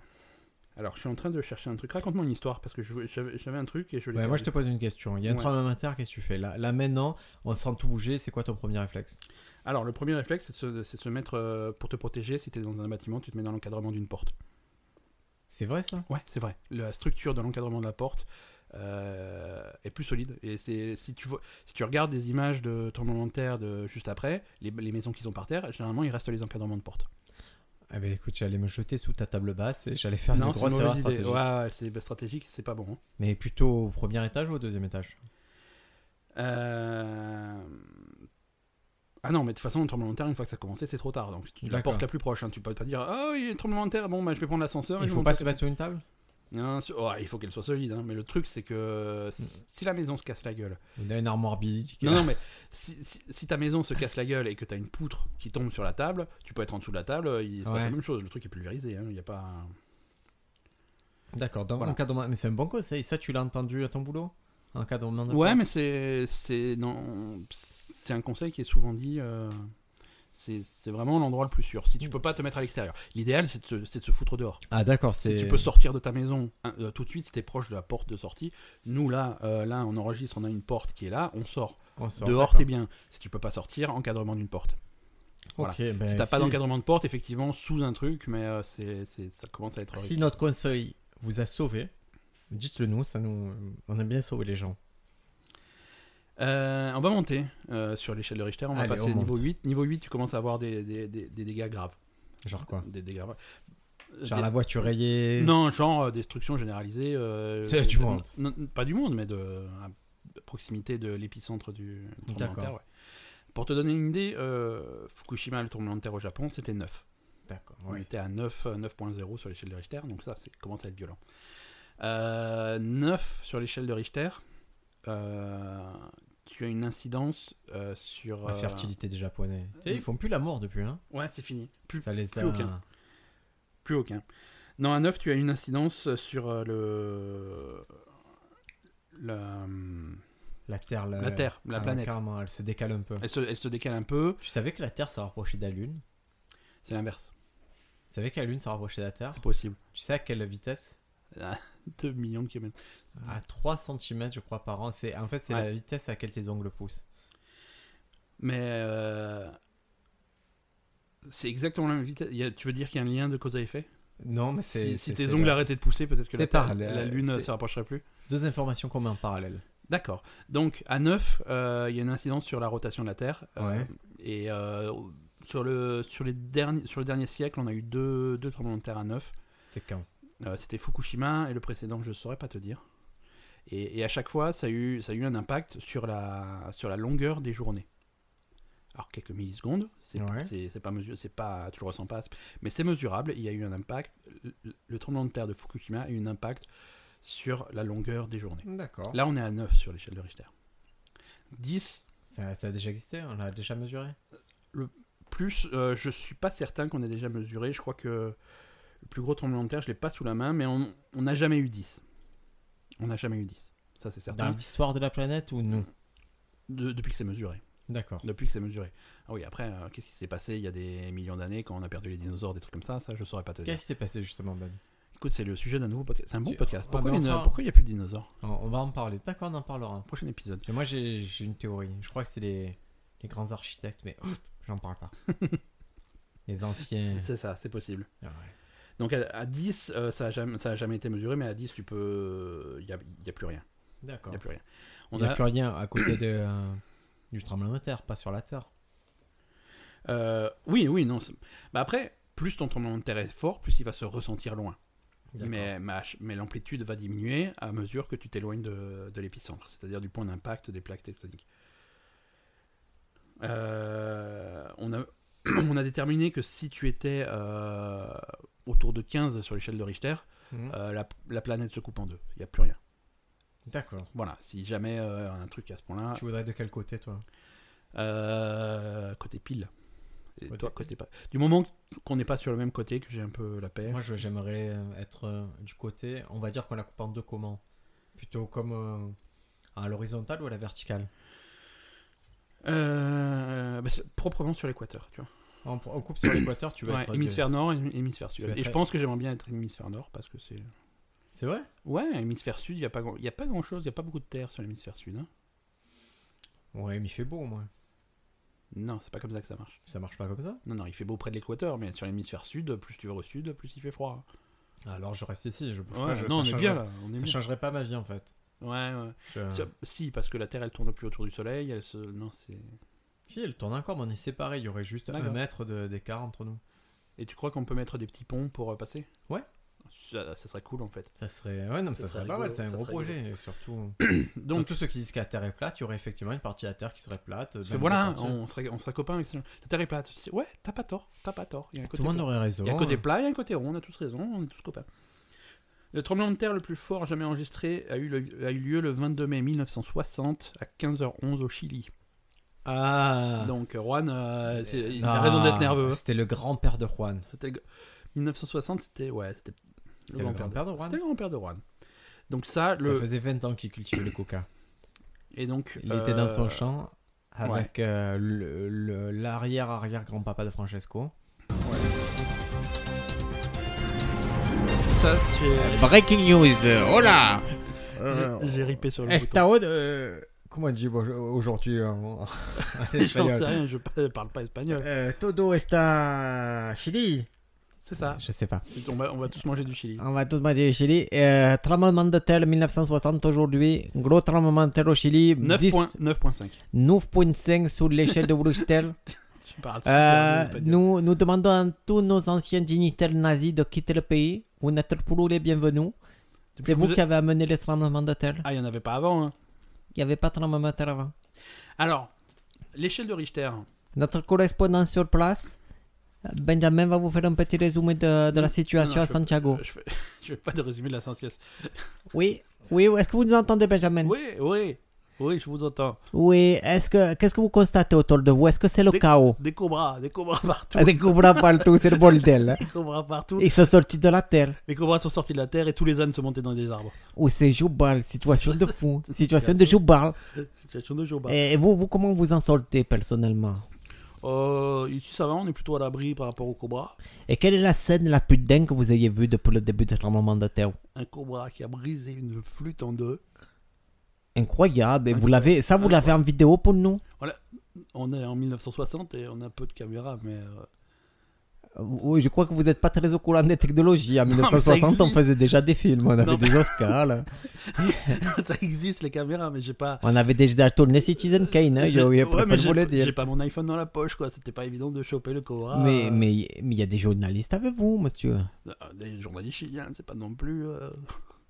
A: Alors, je suis en train de chercher un truc. Raconte-moi une histoire, parce que je- j'avais j'avais un truc et je l'ai.
B: Ouais, moi, je te
A: perdu.
B: pose une question. Il y a un
A: Ouais.
B: tremblement de terre, qu'est-ce que tu fais là, là, maintenant, on sent tout bouger. C'est quoi ton premier réflexe
A: Alors, le premier réflexe, c'est de, se- c'est de se mettre. euh, pour te protéger, si tu es dans un bâtiment, tu te mets dans l'encadrement d'une porte.
B: C'est vrai, ça
A: Ouais, c'est vrai. La structure de l'encadrement de la porte euh, est plus solide. Et c'est si tu vois, si tu regardes des images de tremblement de terre de juste après, les, les maisons qui sont par terre, généralement il reste les encadrements de porte.
B: Ah, bah écoute, j'allais me jeter sous ta table basse et j'allais faire une
A: non, c'est une
B: grosse erreur
A: mauvaise idée.
B: stratégique.
A: Ouais, ouais, c'est bah, stratégique, c'est pas bon. hein.
B: Mais plutôt au premier étage ou au deuxième étage
A: Euh, Ah non, mais de toute façon, le tremblement de terre, une fois que ça a commencé, c'est trop tard. Donc, tu la
B: D'accord.
A: porte la plus proche. hein. Tu peux pas dire, ah, il y a un tremblement de terre, bon, bah, je vais prendre l'ascenseur. et
B: Il
A: je
B: faut
A: monte
B: pas
A: à-
B: se mettre sur une table
A: Non, sur- ouais, Hein, oh, il faut qu'elle soit solide. hein. Mais le truc, c'est que
B: Mm.
A: si- si la maison se casse la gueule,
B: Il a une armoire bilique.
A: Non, non, mais si, si- si ta maison se casse la gueule et que t'as une poutre qui tombe sur la table, tu peux être en dessous de la table, euh, il se passe
B: Ouais.
A: la même chose. Le truc est pulvérisé, hein. il y a pas. un-
B: D'accord, donc
A: Voilà.
B: encadrement. Mais c'est un bon conseil, ça tu l'as entendu à ton boulot Encadrement de
A: Ouais,
B: porte.
A: mais c'est c'est non, c'est un conseil qui est souvent dit. euh, c'est c'est vraiment l'endroit le plus sûr. Si tu peux pas te mettre à l'extérieur, l'idéal c'est de, se- c'est de se foutre dehors.
B: Ah d'accord,
A: Si
B: c'est.
A: tu peux sortir de ta maison hein, euh, tout de suite, si t'es proche de la porte de sortie, nous là, euh, là on enregistre, on a une porte qui est là, on sort.
B: On sort,
A: dehors
B: d'accord.
A: t'es bien. Si tu peux pas sortir, encadrement d'une porte. Voilà.
B: Ok, ben,
A: Si t'as pas
B: si-
A: d'encadrement de porte, effectivement, sous un truc, mais euh, c'est, c'est- ça commence à être.
B: Si
A: risqué.
B: notre conseil vous a sauvé, dites-le nous, ça nous. On aime bien sauver les gens.
A: Euh, on va monter euh, sur l'échelle de Richter, on va
B: Allez,
A: passer
B: on monte.
A: niveau 8. Niveau 8, tu commences à avoir des, des- des- des dégâts graves.
B: Genre quoi
A: Des dégâts graves. Euh,
B: Genre
A: des-
B: la voiture rayée
A: Non, genre euh, destruction généralisée. euh,
B: C'est du
A: de-
B: monde.
A: non, pas du monde, mais de, à proximité de l'épicentre du du tremblement de
B: D'accord.
A: terre. ouais. Pour te donner une idée, euh, Fukushima, le tremblement de terre au Japon, c'était 9.
B: D'accord,
A: On
B: ouais.
A: était à 9, euh, 9.0 sur l'échelle de Richter, donc ça, c'est commence à être violent. Euh, 9 sur l'échelle de Richter, euh, tu- tu as une incidence euh, sur.
B: La
A: euh,
B: fertilité des Japonais. Tu sais,
A: Mm.
B: ils font plus l'amour depuis, hein.
A: Ouais, c'est fini. Plus,
B: Ça les
A: plus
B: a-
A: aucun. plus aucun. Non, à 9, tu as une incidence sur euh, le. La,
B: La Terre, la,
A: la Terre, la
B: Ah,
A: planète.
B: Carrément, elle se décale un peu.
A: Elle se, elle se décale un peu,
B: Tu savais que la Terre s'est rapprochée de la Lune
A: c'est l'inverse.
B: Tu savais que la Lune s'est rapprochée de la Terre
A: C'est possible. [LAUGHS]
B: Tu sais à quelle vitesse
A: Ah, 2 millions de kilomètres.
B: À 3 cm, je crois, par an. C'est En fait, c'est
A: Ouais.
B: la vitesse à laquelle tes ongles poussent.
A: Mais. euh, c'est exactement la même vitesse. Il y a- tu veux dire qu'il y a un lien de cause à effet
B: Non, mais c'est.
A: Si, si
B: c'est-
A: tes
B: c'est
A: ongles
B: la-
A: arrêtaient de pousser, peut-être que
B: C'est
A: la, Terre-
B: parallèle,
A: la Lune ne
B: c'est-
A: se rapprocherait plus.
B: Deux informations qu'on met en parallèle.
A: D'accord. Donc, à 9, euh, il y a une incidence sur la rotation de la Terre. Euh,
B: Ouais.
A: Et euh, sur, le, sur, les derniers, sur le dernier siècle, on a eu deux, deux tremblements de terre à 9.
B: C'était quand
A: Euh, C'était Fukushima et le précédent, je ne saurais pas te dire. Et, et à chaque fois, ça a eu, ça a eu un impact sur la, sur la longueur des journées. Alors, quelques millisecondes, c'est
B: Ouais.
A: c'est- c'est pas mesure, c'est pas, tu le ressens pas, mais c'est mesurable. Il y a eu un impact. Le, le tremblement de terre de Fukushima a eu un impact sur la longueur des journées.
B: D'accord.
A: Là, on est à 9 sur l'échelle de Richter. 10
B: Ça, ça a déjà existé On l'a déjà mesuré
A: plus, euh, je suis pas certain qu'on ait déjà mesuré. Je crois que le plus gros tremblement de terre, je l'ai pas sous la main, mais on on n'a jamais eu 10. On n'a jamais eu 10. Ça, c'est
B: Dans
A: certain.
B: l'histoire de la planète ou non
A: De- depuis que c'est mesuré.
B: D'accord.
A: Depuis que c'est mesuré. Ah oui, après, euh, qu'est-ce qui s'est passé il y a des millions d'années quand on a perdu les dinosaures, des trucs comme ça Ça, je saurais pas te dire.
B: Qu'est-ce qui s'est passé justement, Ben
A: Écoute, c'est le sujet d'un nouveau podcast. C'est un bon
B: Tu-
A: podcast.
B: Ah,
A: Pourquoi
B: mais
A: il y en a-
B: enfin-
A: pourquoi il n'y a plus de dinosaures
B: on, on va en parler. D'accord, on en parlera.
A: Prochain épisode.
B: Et moi, j'ai j'ai une théorie. Je crois que c'est les, les grands architectes, mais pff, j'en parle
A: [LAUGHS]
B: pas. les anciens.
A: C'est- C'est ça, c'est possible.
B: Ah ouais.
A: Donc à, à 10, euh, ça n'a jamais, ça a jamais été mesuré, mais à 10, tu peux. Il n'y a, il y a plus rien. Il
B: D'accord.
A: n'y a plus rien.
B: Il
A: On
B: n'y a,
A: a-
B: plus rien à côté de, euh, du tremblement de terre, pas sur la terre.
A: Euh, oui, oui, non. c'est- Bah après, plus ton tremblement de terre est fort, plus il va se ressentir loin.
B: D'accord.
A: Mais, ma- mais l'amplitude va diminuer à mesure que tu t'éloignes de, de l'épicentre, c'est-à-dire du point d'impact des plaques tectoniques. Euh, on, a, [CLEARS THROAT] on a déterminé que si tu étais euh, autour de 15 sur l'échelle de Richter,
B: Mhm.
A: euh, la, la planète se coupe en deux. Il n'y a plus rien.
B: D'accord.
A: Voilà, si jamais euh, un truc à ce point-là.
B: Tu voudrais de quel côté, toi
A: Euh, côté pile. Et
B: Côté
A: toi,
B: pile.
A: côté pas. Du moment qu'on n'est pas sur le même côté, que j'ai un peu la paix.
B: Moi, je- j'aimerais euh, être euh, du côté. On va dire qu'on la coupe en deux comment Plutôt comme euh, à l'horizontale ou à la verticale
A: Euh, bah, c'est proprement sur l'équateur, tu vois.
B: on, pr- on coupe sur l'équateur, tu vas
A: Ouais,
B: être. de-
A: hémisphère nord et hémisphère
B: vas
A: sud. Et
B: être-
A: je pense que j'aimerais bien être hémisphère nord parce que c'est.
B: C'est vrai
A: Ouais, hémisphère sud, il n'y a, pas grand- y a pas grand chose, il n'y a pas beaucoup de terre sur l'hémisphère sud. hein.
B: Ouais, mais il fait beau, moi.
A: Non, c'est pas comme ça que ça marche.
B: Ça marche pas comme ça
A: Non, non, il fait beau près de l'équateur, mais sur l'hémisphère sud, plus tu vas au sud, plus il fait froid.
B: Alors, je reste ici. Je bouge
A: Ouais,
B: pas, je-
A: non, on
B: ça
A: est
B: changerait-
A: bien là. On est
B: Ça
A: bien.
B: changerait pas ma vie, en fait.
A: Ouais, ouais.
B: Je-
A: Si- Si, parce que la Terre, elle tourne plus autour du Soleil, elle se. Non, c'est.
B: Si, elle tourne encore, mais on est séparés. Il y aurait juste un
A: D'accord.
B: mètre de- d'écart entre nous.
A: Et tu crois qu'on peut mettre des petits ponts pour euh, passer
B: Ouais.
A: Ça, ça serait cool en
B: [CLEARS THROAT]
A: fait.
B: Ça serait. Ouais, non, mais ça,
A: Ça
B: serait
A: serait
B: pas mal.
A: rigolo,
B: C'est un
A: ça
B: gros
A: serait
B: projet. et Surtout.
A: Donc,
B: Surtout ceux qui disent que la Terre est plate, il y aurait effectivement une partie de la Terre qui serait plate.
A: parce que
B: même
A: voilà,
B: proportion.
A: on serait, on serait copains avec ça. La Terre est plate. Tu sais, ouais, t'as pas tort, t'as pas tort. Il y a un
B: Tout
A: côté,
B: le monde hein.
A: plat.
B: aurait raison.
A: Il y a un côté plat, il y a un côté rond, on a tous raison, on est tous copains. Le tremblement de terre le plus fort jamais enregistré a eu, le- a eu lieu le 22 mai 1960 à 15h11 au Chili.
B: Ah
A: Donc euh, Juan, euh, c'est- il
B: Ah,
A: a raison d'être nerveux.
B: C'était le grand-père de Juan.
A: C'était le- 1960, c'était ouais, c'était
B: C'était le grand-père de Juan.
A: C'était le grand-père de Juan. Donc ça, le
B: Ça faisait 20 ans qu'il cultivait le coca.
A: et donc
B: Il était dans son
A: euh,
B: champ avec euh, le- le- l'arrière-arrière-grand-papa de Francesco.
A: Ça, tu es-
C: Breaking news, euh, oh hola
A: J'ai- J'ai ripé sur le bouton.
B: Estao de... Euh, Comment on dit bon, aujourd'hui euh, en- en
A: J'en sais
B: espagnol
A: rien, je pa- parle pas espagnol.
B: Euh, Todo está Chili
A: C'est ça.
B: Je sais pas.
A: On va, on va tous manger du chili.
B: On va tout manger au Chili. Euh, tremblement de terre 1960 aujourd'hui. Gros tremblement de terre au Chili. 10
A: 9.5.
B: 9.5 sur l'échelle de Bruxelles.
A: Tu parles super bien
B: Euh,
A: espagnol.
B: nous, nous demandons à tous nos anciens dignitaires nazis de quitter le pays. Vous n'êtes plus les bienvenus.
A: Depuis
B: C'est
A: que
B: vous
A: êtes-
B: qui avez amené le tremblement de terre.
A: Ah, il n'y en avait pas avant. hein.
B: Il n'y avait pas de tremblement de terre avant.
A: Alors, l'échelle de Richter.
B: Notre correspondant sur place, Benjamin, va vous faire un petit résumé de, de la situation
A: Non, non,
B: à
A: je-
B: Santiago.
A: Je fais, [LAUGHS] je fais pas de résumé de la sensation.
B: Oui, oui, est-ce que vous nous entendez, Benjamin
A: Oui, oui. Oui, je vous entends.
B: Oui, est-ce que qu'est-ce que vous constatez autour de vous Est-ce que c'est le
A: Des-
B: chaos
A: Des cobras, des cobras [LAUGHS] partout.
B: Des cobras partout, c'est le bordel.
A: Des cobras partout.
B: Ils sont sortis de la terre.
A: Les cobras sont sortis de la terre et tous les ânes sont montés dans des arbres.
B: Ou c'est Joubal, situation de fou, situation de Joubal.
A: Situation de jour. bah.
B: Et vous, vous, comment vous en sortez personnellement
A: Euh, ici, ça va, on est plutôt à l'abri par rapport aux cobras.
B: Et quelle est la scène la plus dingue que vous ayez vue depuis le début du tremblement de terre
A: Un cobra qui a brisé une flûte en deux.
B: Incroyable. Et vous
A: Incroyable.
B: l'avez, ça vous l'avez en vidéo pour nous
A: On est en 1960 et on a peu de caméras, mais. euh,
B: Oui, je crois que vous n'êtes pas très au courant des technologies. En
A: mais ça
B: 1960, on
A: existe.
B: faisait déjà des films, on avait
A: Non,
B: des Oscars. là.
A: euh, [LAUGHS] ça existe les caméras, mais j'ai pas.
B: [LAUGHS] On avait déjà tourné Citizen Kane, hein,
A: j'ai-
B: je, je
A: ouais,
B: préfère
A: mais
B: vous le
A: j'ai-
B: dire.
A: J'ai pas mon iPhone dans la poche, quoi. C'était pas évident de choper le cobra.
B: Mais
A: euh,
B: mais il y a des journalistes avec vous, monsieur.
A: euh, Des journalistes chiliens, c'est pas non plus. euh,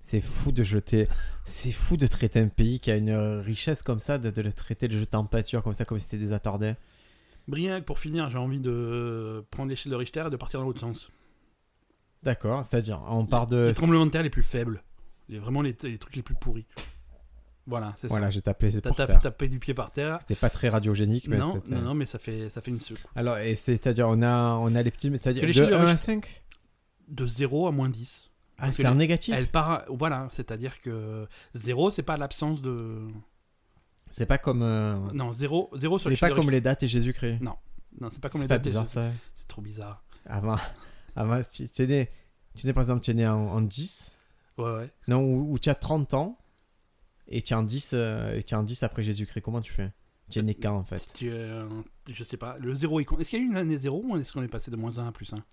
B: C'est fou de jeter, c'est fou de traiter un pays qui a une richesse comme ça, de, de le traiter, de le jeter en pâture comme ça, comme si c'était des attardés.
A: Briac, pour finir, j'ai envie de euh, prendre l'échelle de Richter et de partir dans l'autre sens.
B: D'accord, c'est-à-dire, on part de.
A: Les tremblements de terre les plus faibles. Les, vraiment les, les trucs les plus pourris. Voilà, c'est
B: Voilà,
A: ça.
B: j'ai tapé
A: T'as
B: pour
A: tapé,
B: terre.
A: tapé du pied par terre.
B: C'était pas très radiogénique, mais
A: Non,
B: c'était-
A: non, non, mais ça fait, ça fait une seconde.
B: Alors, et c'est-à-dire, on a, on a les petits, mais c'est-à-dire
A: Parce que
B: de
A: les
B: 1
A: chiffres-
B: à 5
A: De 0 à moins 10.
B: Ah,
A: Parce
B: c'est
A: que
B: un
A: les-
B: négatif
A: Elle part. Voilà, c'est-à-dire que 0, c'est pas l'absence de.
B: C'est pas comme. euh,
A: Non, 0, 0 sur
B: C'est pas
A: l'échelle de
B: comme
A: Richter.
B: les dates et Jésus-Christ.
A: Non, c'est pas comme
B: C'est
A: les
B: pas
A: dates.
B: bizarre ça.
A: C'est trop bizarre.
B: Avant, avant si tu es né, tu es né, par exemple, tu es né en, en 10,
A: Ouais, ouais.
B: non, ou, ou tu as 30 ans, et tu es en 10, euh, et tu es en 10 après Jésus-Christ, comment tu fais Tu es né quand en fait
A: Tu, euh, je sais pas. Le 0 il compte. Est-ce qu'il y a eu une année 0 ou est-ce qu'on est passé de moins 1 à plus 1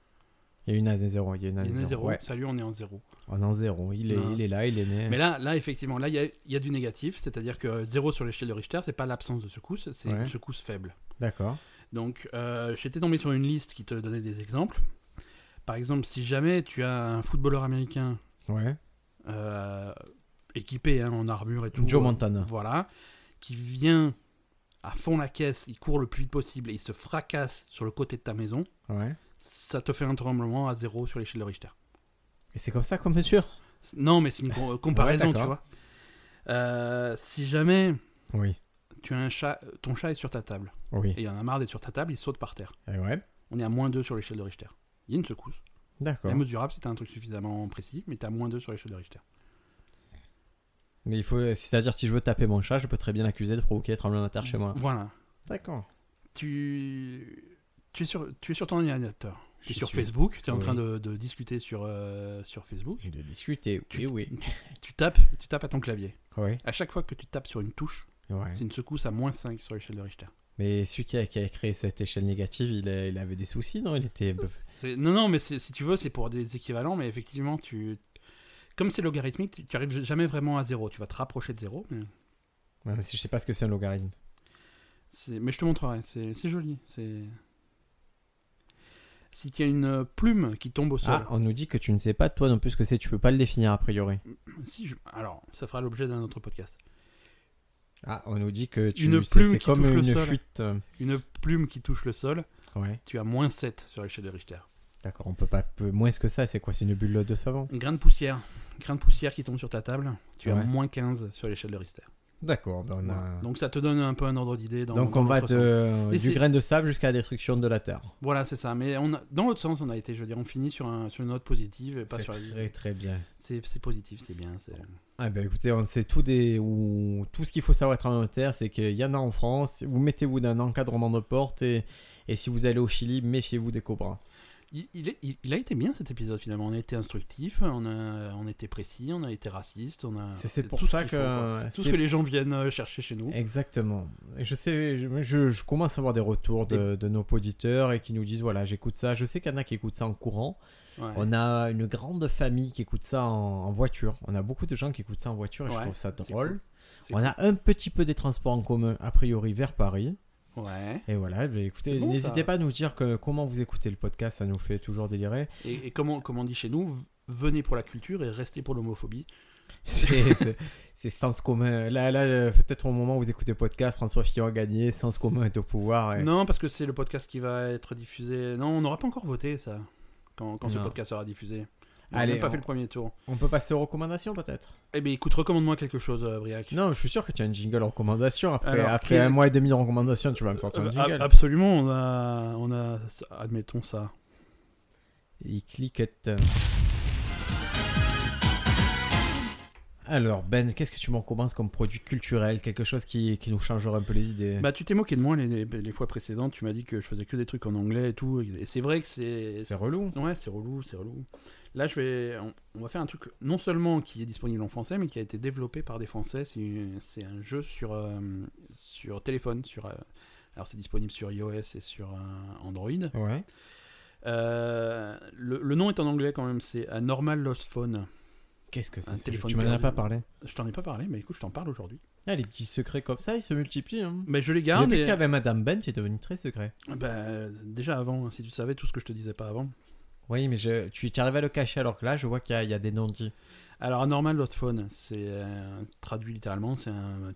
B: Il y a une année 0, il y a une
A: Il y a
B: année
A: une année
B: 0.
A: 0.
B: Ouais,
A: Salut, on est en 0.
B: on est en 0, il est,
A: Non.
B: il est là, il est né.
A: Mais là, là, effectivement, là, il y a, il y a du négatif. C'est-à-dire que 0 sur l'échelle de Richter, c'est pas l'absence de secousse, c'est
B: Ouais.
A: une secousse faible.
B: D'accord.
A: Donc, euh, j'étais tombé sur une liste qui te donnait des exemples. Par exemple, si jamais tu as un footballeur américain
B: Ouais.
A: euh, équipé hein, en armure et tout,
B: Joe
A: euh,
B: Montana.
A: voilà, qui vient à fond la caisse, il court le plus vite possible et il se fracasse sur le côté de ta maison,
B: Ouais.
A: ça te fait un tremblement à zéro sur l'échelle de Richter.
B: Et c'est comme ça qu'on mesure
A: C'est- Non, mais c'est une
B: [LAUGHS]
A: co- comparaison, tu
B: d'accord.
A: vois. Euh, si jamais
B: Oui.
A: tu as un chat, ton chat est sur ta table
B: Oui.
A: et il en a marre d'être sur ta table, il saute par terre.
B: Et ouais.
A: On est à moins 2 sur l'échelle de Richter. Il y a une secousse.
B: D'accord.
A: La mesurable, c'était un truc suffisamment précis, mais t'as moins 2 sur l'échelle de Richter.
B: Mais il faut, c'est-à-dire, si je veux taper mon chat, je peux très bien l'accuser de provoquer un tremblement de terre chez moi.
A: Voilà.
B: D'accord.
A: Tu... Tu, es sur... tu es sur ton ordinateur. Tu
B: Je
A: es sur
B: suis-
A: Facebook. Tu es en
B: Oui.
A: train de, de discuter sur, euh, sur Facebook.
B: Et de discuter.
A: Tu-
B: Et oui.
A: Tu tapes, tu tapes à ton clavier.
B: Oui.
A: À chaque fois que tu tapes sur une touche,
B: Ouais.
A: c'est une secousse à moins 5 sur l'échelle de Richter.
B: Mais celui qui a, qui a créé cette échelle négative, il, a- il avait des soucis, non Il était.
A: C'est- Non, non, mais c'est- si tu veux, c'est pour des équivalents, mais effectivement, tu... Comme c'est logarithmique, tu- tu arrives jamais vraiment à zéro. Tu vas te rapprocher de zéro, mais,
B: Ouais, mais je sais pas ce que c'est un logarithme.
A: c'est- mais je te montrerai. C'est c'est joli. C'est... Si tu as une plume qui tombe au sol,
B: Ah, on nous dit que tu ne sais pas toi non plus ce que c'est. Tu peux pas le définir a priori.
A: Si je- Alors, ça fera l'objet d'un autre podcast.
B: Ah, on nous dit que tu.
A: Une
B: c'est-
A: plume
B: C'est
A: qui
B: comme
A: touche le
B: une
A: sol.
B: fuite. euh,
A: Une plume qui touche le sol,
B: Ouais.
A: tu as moins 7 sur l'échelle de Richter.
B: D'accord. On peut pas. peu- Moins que ça. C'est quoi C'est une bulle de savon.
A: Une grain de poussière, une grain de poussière qui tombe sur ta table, tu
B: Ouais.
A: as moins 15 sur l'échelle de Richter.
B: D'accord. ben on a-
A: Voilà. Donc ça te donne un peu un ordre d'idée. dans-
B: Donc
A: dans
B: on va
A: l'autre
B: de,
A: sens. Et
B: du
A: c'est-
B: grain de sable jusqu'à la destruction de la terre.
A: Voilà, c'est ça. Mais on a- dans l'autre sens, on a été, je veux dire, on finit sur, un- sur une note positive et pas
B: C'est
A: sur la-
B: très très bien.
A: C'est c'est positif, c'est bien. c'est-
B: Ah ben écoutez, on sait tout des ou tout ce qu'il faut savoir être en terre, c'est qu'il y en a en France. Vous mettez-vous d'un encadrement de porte et, et si vous allez au Chili, méfiez-vous des cobras.
A: Ah, Il, il est- il- il a été bien cet épisode finalement. On a été instructif, on a, on était précis, on a été raciste, on a.
B: C'est c'est pour
A: tout ce
B: ça
A: qu'il
B: que
A: faut, quoi. Tout ce
B: c'est-
A: que les gens viennent euh, chercher chez nous.
B: exactement. Et Je sais, je, je- je commence à avoir des retours de, de nos auditeurs et qui nous disent voilà, j'écoute ça. Je sais qu'il y en a qui écoutent ça en courant.
A: Ouais.
B: On a une grande famille qui écoute ça en, en voiture. On a beaucoup de gens qui écoutent ça en voiture et je
A: Ouais,
B: trouve ça
A: c'est
B: drôle.
A: cool. C'est
B: On a un petit peu des transports en commun a priori vers Paris.
A: Ouais.
B: Et voilà, bah, écoutez,
A: C'est bon,
B: n'hésitez
A: ça.
B: pas à nous dire que, comment vous écoutez le podcast, ça nous fait toujours délirer. [LAUGHS]
A: Et, et comme, on, comme on dit chez nous, v- venez pour la culture et restez pour l'homophobie.
B: C'est c'est- c'est sens commun. Là, là euh, peut-être au moment où vous écoutez le podcast, François Fillon a gagné, sens commun est au pouvoir. et-
A: Non, parce que c'est le podcast qui va être diffusé. Non, on n'aura pas encore voté ça quand, quand ce
B: Non.
A: podcast sera diffusé. On n'a
B: Allez,
A: même pas
B: on-
A: fait le premier tour.
B: On peut passer aux recommandations peut-être
A: Eh bien, écoute, recommande-moi quelque chose, euh, Briac.
B: Non, je suis sûr que tu as un jingle recommandation. Après,
A: Alors,
B: après
A: quel-
B: un mois et demi de recommandations, tu vas me sortir
A: Euh,
B: un
A: ab-
B: jingle.
A: absolument, on a, on a, admettons ça.
B: Il cliquette. Alors Ben, qu'est-ce que tu me recommandes comme produit culturel Quelque chose qui, qui nous changera un peu les idées
A: Bah, tu t'es moqué de moi les, les fois précédentes. Tu m'as dit que je faisais que des trucs en anglais et tout. Et c'est vrai que c'est,
B: C'est relou.
A: ouais, c'est relou, c'est relou. Là, je vais, on, on va faire un truc non seulement qui est disponible en français, mais qui a été développé par des Français. C'est, c'est un jeu sur, euh, sur téléphone, sur. euh, alors, c'est disponible sur iOS et sur euh, Android.
B: Ouais.
A: Euh, le, le nom est en anglais quand même. C'est A Normal Lost Phone.
B: Qu'est-ce que
A: Un
B: c'est ce jeu
A: téléphone
B: Tu m'en as
A: perdu.
B: pas parlé.
A: Je t'en ai pas parlé, mais écoute, je t'en parle aujourd'hui.
B: Ah, les petits secrets comme ça, ils se multiplient. Hein.
A: Mais je les
B: Depuis
A: garde.
B: qu'il
A: et-
B: y avait Madame Ben, tu es devenu très secret.
A: Bah, déjà avant, si tu savais tout ce que je te disais pas avant.
B: Oui, mais je, tu tu arrives à le cacher alors que là, je vois qu'il y, a- il y a des non-dits.
A: Alors, un normal lost phone, c'est euh, traduit littéralement, c'est un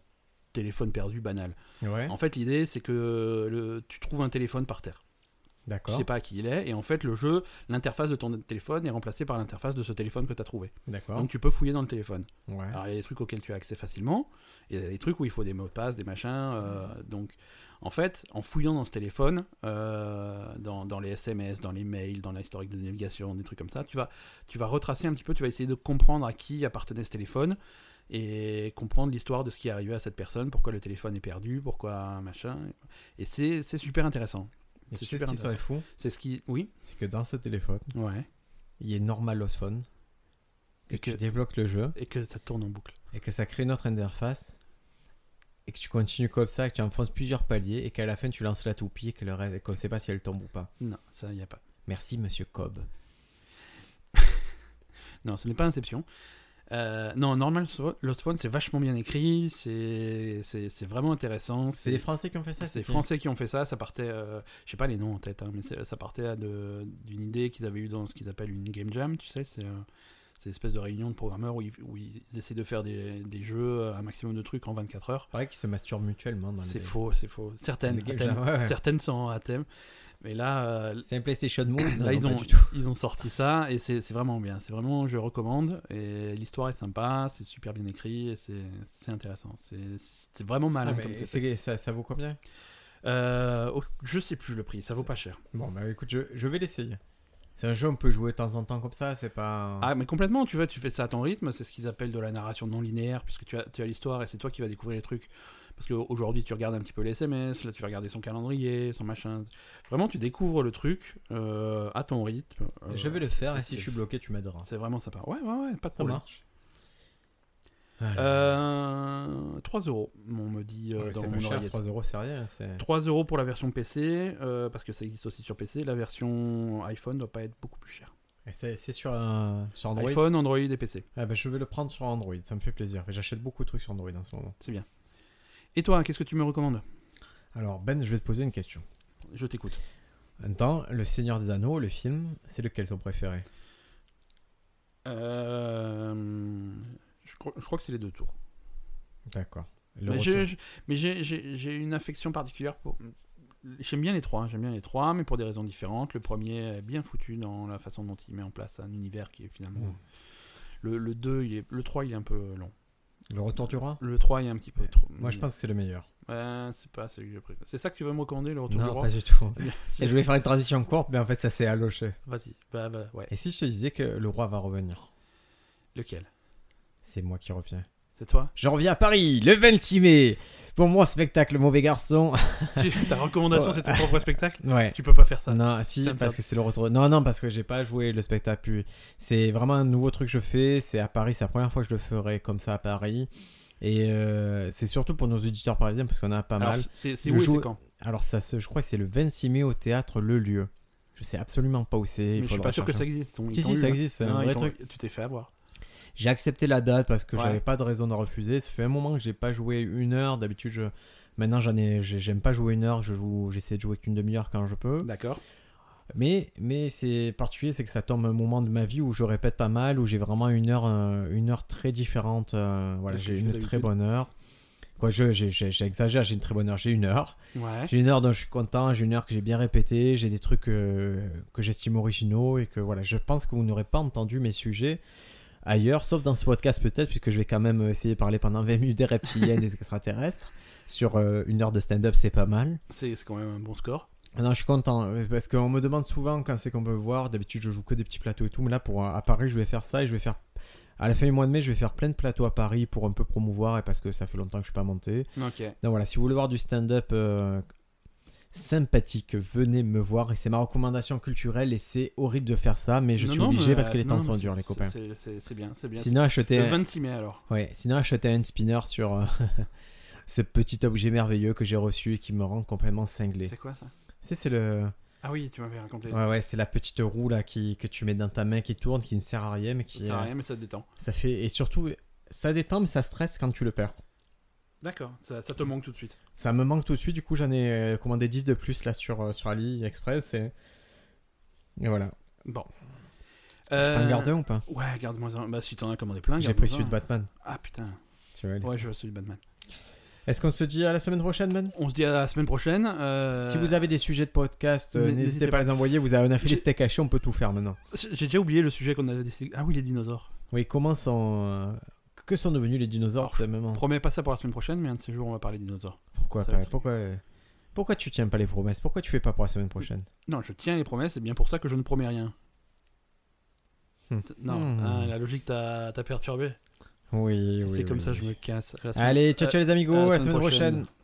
A: téléphone perdu banal.
B: Ouais.
A: En fait, l'idée, c'est que le, tu trouves un téléphone par terre. Tu
B: D'accord.
A: sais pas à qui il est, et en fait, le jeu, l'interface de ton téléphone est remplacée par l'interface de ce téléphone que tu as trouvé.
B: D'accord.
A: Donc, Ah, tu peux fouiller dans le téléphone.
B: Ouais.
A: Alors, il y a des trucs auxquels tu as accès facilement, et il y a des trucs où il faut des mots de passe, des machins. euh, donc, en fait, en fouillant dans ce téléphone, euh, dans, dans les SMS, dans les mails, dans l'historique de navigation, des trucs comme ça, tu vas, tu vas retracer un petit peu, tu vas essayer de comprendre à qui appartenait ce téléphone et comprendre l'histoire de ce qui est arrivé à cette personne, pourquoi le téléphone est perdu, pourquoi machin. Et c'est c'est super intéressant.
B: Et
A: c'est
B: tu sais ce
A: super
B: qui serait fou
A: C'est ce qui. Oui
B: C'est que dans ce téléphone,
A: Ouais.
B: il est normal Lost Phone, que
A: Et que-
B: tu débloques le jeu
A: Et que ça tourne en boucle.
B: et que ça crée une autre interface et que tu continues comme ça, que tu enfonces plusieurs paliers et qu'à la fin tu lances la toupie et que le reste- et qu'on ne sait pas si elle tombe ou pas.
A: Non, ça, il n'y a pas.
B: Merci Monsieur Cobb.
A: Non, ce n'est pas Inception. Euh, non, Normal Swan- Lost Phone, c'est vachement bien écrit, c'est c'est- c'est vraiment intéressant.
B: C'est les Français qui ont fait ça.
A: C'est les
B: qui-
A: Français qui ont fait ça, ça partait, euh, je sais pas les noms en tête, hein, mais c'est- ça partait de- d'une idée qu'ils avaient eue dans ce qu'ils appellent une game jam, tu sais, c'est euh, c'est une espèce de réunion de programmeurs où ils, où ils essaient de faire des, des jeux, euh, un maximum de trucs en 24 heures.
B: Pareil qu'ils se masturbent mutuellement. dans les-
A: C'est faux, c'est faux. Certaines,
B: les game
A: à thème.
B: jam, ouais, ouais.
A: certaines sont à thème, mais là, euh,
B: C'est un PlayStation Move.
A: Là, ils,
B: non, pas
A: ont,
B: du tout.
A: ils ont sorti ça et c'est c'est vraiment bien. C'est vraiment, je recommande. Et l'histoire est sympa, c'est super bien écrit et c'est c'est intéressant. C'est c'est vraiment
B: [LAUGHS] Ah,
A: malin
B: mais
A: comme c'est fait.
B: c'est- ça, ça vaut combien
A: Euh, oh, je sais plus le prix, ça vaut pas cher.
B: Bon, bah écoute, je, je vais l'essayer. C'est un jeu, on peut jouer de temps en temps comme ça, c'est pas.
A: Ah, mais complètement, tu vois, tu fais ça à ton rythme. C'est ce qu'ils appellent de la narration non linéaire, puisque tu as, tu as l'histoire et c'est toi qui vas découvrir les trucs. Parce qu'aujourd'hui, tu regardes un petit peu les SMS, là, tu vas regarder son calendrier, son machin. Vraiment, tu découvres le truc euh, à ton rythme. euh,
B: je vais le faire et
A: c'est-
B: si je suis bloqué, tu m'aideras.
A: C'est vraiment sympa. Ouais, ouais, ouais, pas de
B: Ça
A: problème.
B: marche. Voilà.
A: Euh, 3 euros, on me dit euh,
B: Ouais,
A: dans
B: c'est
A: mon
B: pas cher,
A: oreillette.
B: 3 euros, c'est rien. c'est-
A: 3 euros pour la version PC, euh, parce que ça existe aussi sur PC. La version iPhone doit pas être beaucoup plus chère.
B: Et C'est c'est sur, un- sur Android.
A: iPhone, Android et PC.
B: Ah bah, je vais le prendre sur Android, ça me fait plaisir. J'achète beaucoup de trucs sur Android en ce moment.
A: Et toi, qu'est-ce que tu me recommandes
B: Alors Ben, je vais te poser une question.
A: Je t'écoute.
B: Dans Le Seigneur des Anneaux, le film, c'est lequel ton préféré
A: Euh, je, crois, je crois que c'est les deux tours.
B: D'accord. Le
A: Mais j'ai-
B: retour.
A: j'ai- mais j'ai j'ai- j'ai une affection particulière pour. J'aime bien les trois, hein, j'aime bien les trois, mais pour des raisons différentes. Le premier est bien foutu dans la façon dont il met en place un univers qui est finalement.
B: Mm.
A: Le, le 2, il est... le 3, il est un peu long.
B: Le retour du roi
A: Le 3 est un petit peu trop.
B: Moi, je pense que c'est le meilleur.
A: Euh, c'est pas celui que j'ai préféré. C'est ça que tu veux me recommander, le retour du
B: non,
A: roi
B: pas du tout.
A: [LAUGHS] Si-
B: Et je voulais faire une transition courte, mais en fait, ça s'est alloché.
A: Vas-y, bah, bah, ouais.
B: Et si je te disais que le roi va revenir
A: Lequel
B: C'est moi qui reviens.
A: C'est
B: [LAUGHS]
A: toi
B: Je reviens à Paris, le 26 mai Pour mon spectacle Mauvais Garçon. [LAUGHS]
A: Tu- Ta recommandation,
B: Ouais.
A: c'est ton propre spectacle
B: ouais.
A: Tu peux pas faire ça.
B: Non, si,
A: ça me
B: parce
A: fait-
B: que c'est le retour. Non, non, parce que j'ai pas joué le spectacle. puis C'est vraiment un nouveau truc que je fais. C'est à Paris, c'est la première fois que je le ferai comme ça à Paris. Et euh, c'est surtout pour nos auditeurs parisiens parce qu'on en a pas
A: Alors,
B: mal.
A: c'est c'est
B: Le
A: où et
B: jour-
A: c'est quand
B: Alors, ça se, je crois que c'est le 26 mai au théâtre Le Lieu. Je sais absolument pas où c'est.
A: Mais Je
B: il
A: suis
B: faudra
A: pas sûr que ça
B: chercher.
A: existe. Ils
B: Si,
A: t'ont
B: si,
A: eu,
B: ça
A: hein.
B: existe. C'est
A: Non,
B: un
A: ils
B: vrai
A: t'ont-
B: truc.
A: Tu t'es fait avoir.
B: J'ai accepté la date parce que
A: Ouais.
B: j'avais pas de raison de refuser. Ça fait un moment que j'ai pas joué une heure. D'habitude, je. Maintenant, j'en ai, j'ai- j'aime pas jouer une heure. Je joue, j'essaie de jouer qu'une demi-heure quand je peux.
A: D'accord.
B: Mais, mais c'est particulier, c'est que ça tombe un moment de ma vie où je répète pas mal, où j'ai vraiment une heure, euh, une heure très différente. euh, voilà,
A: De ce
B: j'ai
A: que tu
B: une
A: fais
B: très
A: d'habitude.
B: bonne heure. Quoi, je- je- je- j'exagère, j'ai une très bonne heure, j'ai une heure.
A: Ouais.
B: J'ai une heure dont je suis content, j'ai une heure que j'ai bien répétée, j'ai des trucs euh, que j'estime originaux et que voilà, je pense que vous n'aurez pas entendu mes sujets ailleurs, sauf dans ce podcast peut-être, puisque je vais quand même essayer de parler pendant 20 minutes des reptiliens et des extraterrestres. Sur euh, une heure de stand-up, c'est pas mal.
A: C'est c'est quand même un bon score.
B: Ah Non, je suis content euh, parce qu'on me demande souvent quand c'est qu'on peut voir. D'habitude, je joue que des petits plateaux et tout, mais là, pour euh, à Paris, je vais faire ça et je vais faire à la fin du mois de mai, je vais faire plein de plateaux à Paris pour un peu promouvoir et parce que ça fait longtemps que je suis pas monté.
A: Ok.
B: Donc voilà, si vous voulez voir du stand-up euh, sympathique, venez me voir. Et c'est ma recommandation culturelle et c'est horrible de faire ça, mais je
A: Non,
B: suis
A: non,
B: obligé
A: mais,
B: parce que les
A: euh,
B: temps
A: non,
B: sont
A: mais
B: durs, les
A: c'est-
B: copains.
A: c'est- C'est c'est bien, c'est bien. Euh,
B: Sinon, achetez.
A: Le 26 mai alors.
B: Ouais, sinon acheter un spinner sur euh, [LAUGHS] ce petit objet merveilleux que j'ai reçu et qui me rend complètement cinglé.
A: C'est quoi ça
B: C'est c'est le
A: Ah oui, tu m'avais raconté.
B: Ouais, ouais, c'est la petite roue là qui, que tu mets dans ta main qui tourne, qui ne sert à rien, mais
A: ça
B: qui.
A: sert
B: euh,
A: à rien, mais ça te détend.
B: ça fait. Et surtout, ça détend, mais ça stresse quand tu le perds.
A: D'accord, ça, ça te manque tout de suite.
B: Ça me manque tout de suite, du coup, j'en ai euh, commandé 10 de plus là sur, euh, sur AliExpress et. Et voilà.
A: Bon.
B: Je t'en
A: Euh,
B: garde un ou pas
A: Ouais, garde-moi un. Bah, si t'en as commandé plein,
B: J'ai
A: garde-moi
B: pris
A: un.
B: celui de Batman.
A: Ah putain.
B: Tu vois, il est-
A: Ouais, je vois celui de Batman.
B: Est-ce qu'on se dit à la semaine prochaine, man
A: On se dit à la semaine prochaine. euh,
B: Si vous avez des sujets de podcast, euh,
A: mais
B: n'hésitez
A: n'hésitez
B: pas à les envoyer. Vous avez, on a fait
A: J'ai-
B: les steaks hachés, on peut tout faire maintenant.
A: J'ai déjà oublié le sujet qu'on avait décidé. Ah oui, les dinosaures.
B: Oui, comment sont. euh, Que sont devenus les dinosaures
A: Alors,
B: ces
A: On
B: moments
A: promet pas ça pour la semaine prochaine, mais un de ces jours, on va parler des dinosaures.
B: Pourquoi
A: ça
B: pas
A: va être-
B: Pourquoi euh, Pourquoi tu tiens pas les promesses Pourquoi tu fais pas pour la semaine prochaine
A: Non, je tiens les promesses, c'est bien pour ça que je ne promets rien.
B: Hmm.
A: Non,
B: Hmm.
A: hein, la logique t'a t'a perturbé.
B: Oui,
A: Si
B: oui.
A: c'est comme
B: oui,
A: ça,
B: oui.
A: je me casse. À la semaine-
B: Allez, ciao ciao les amigos,
A: à
B: à la semaine prochaine.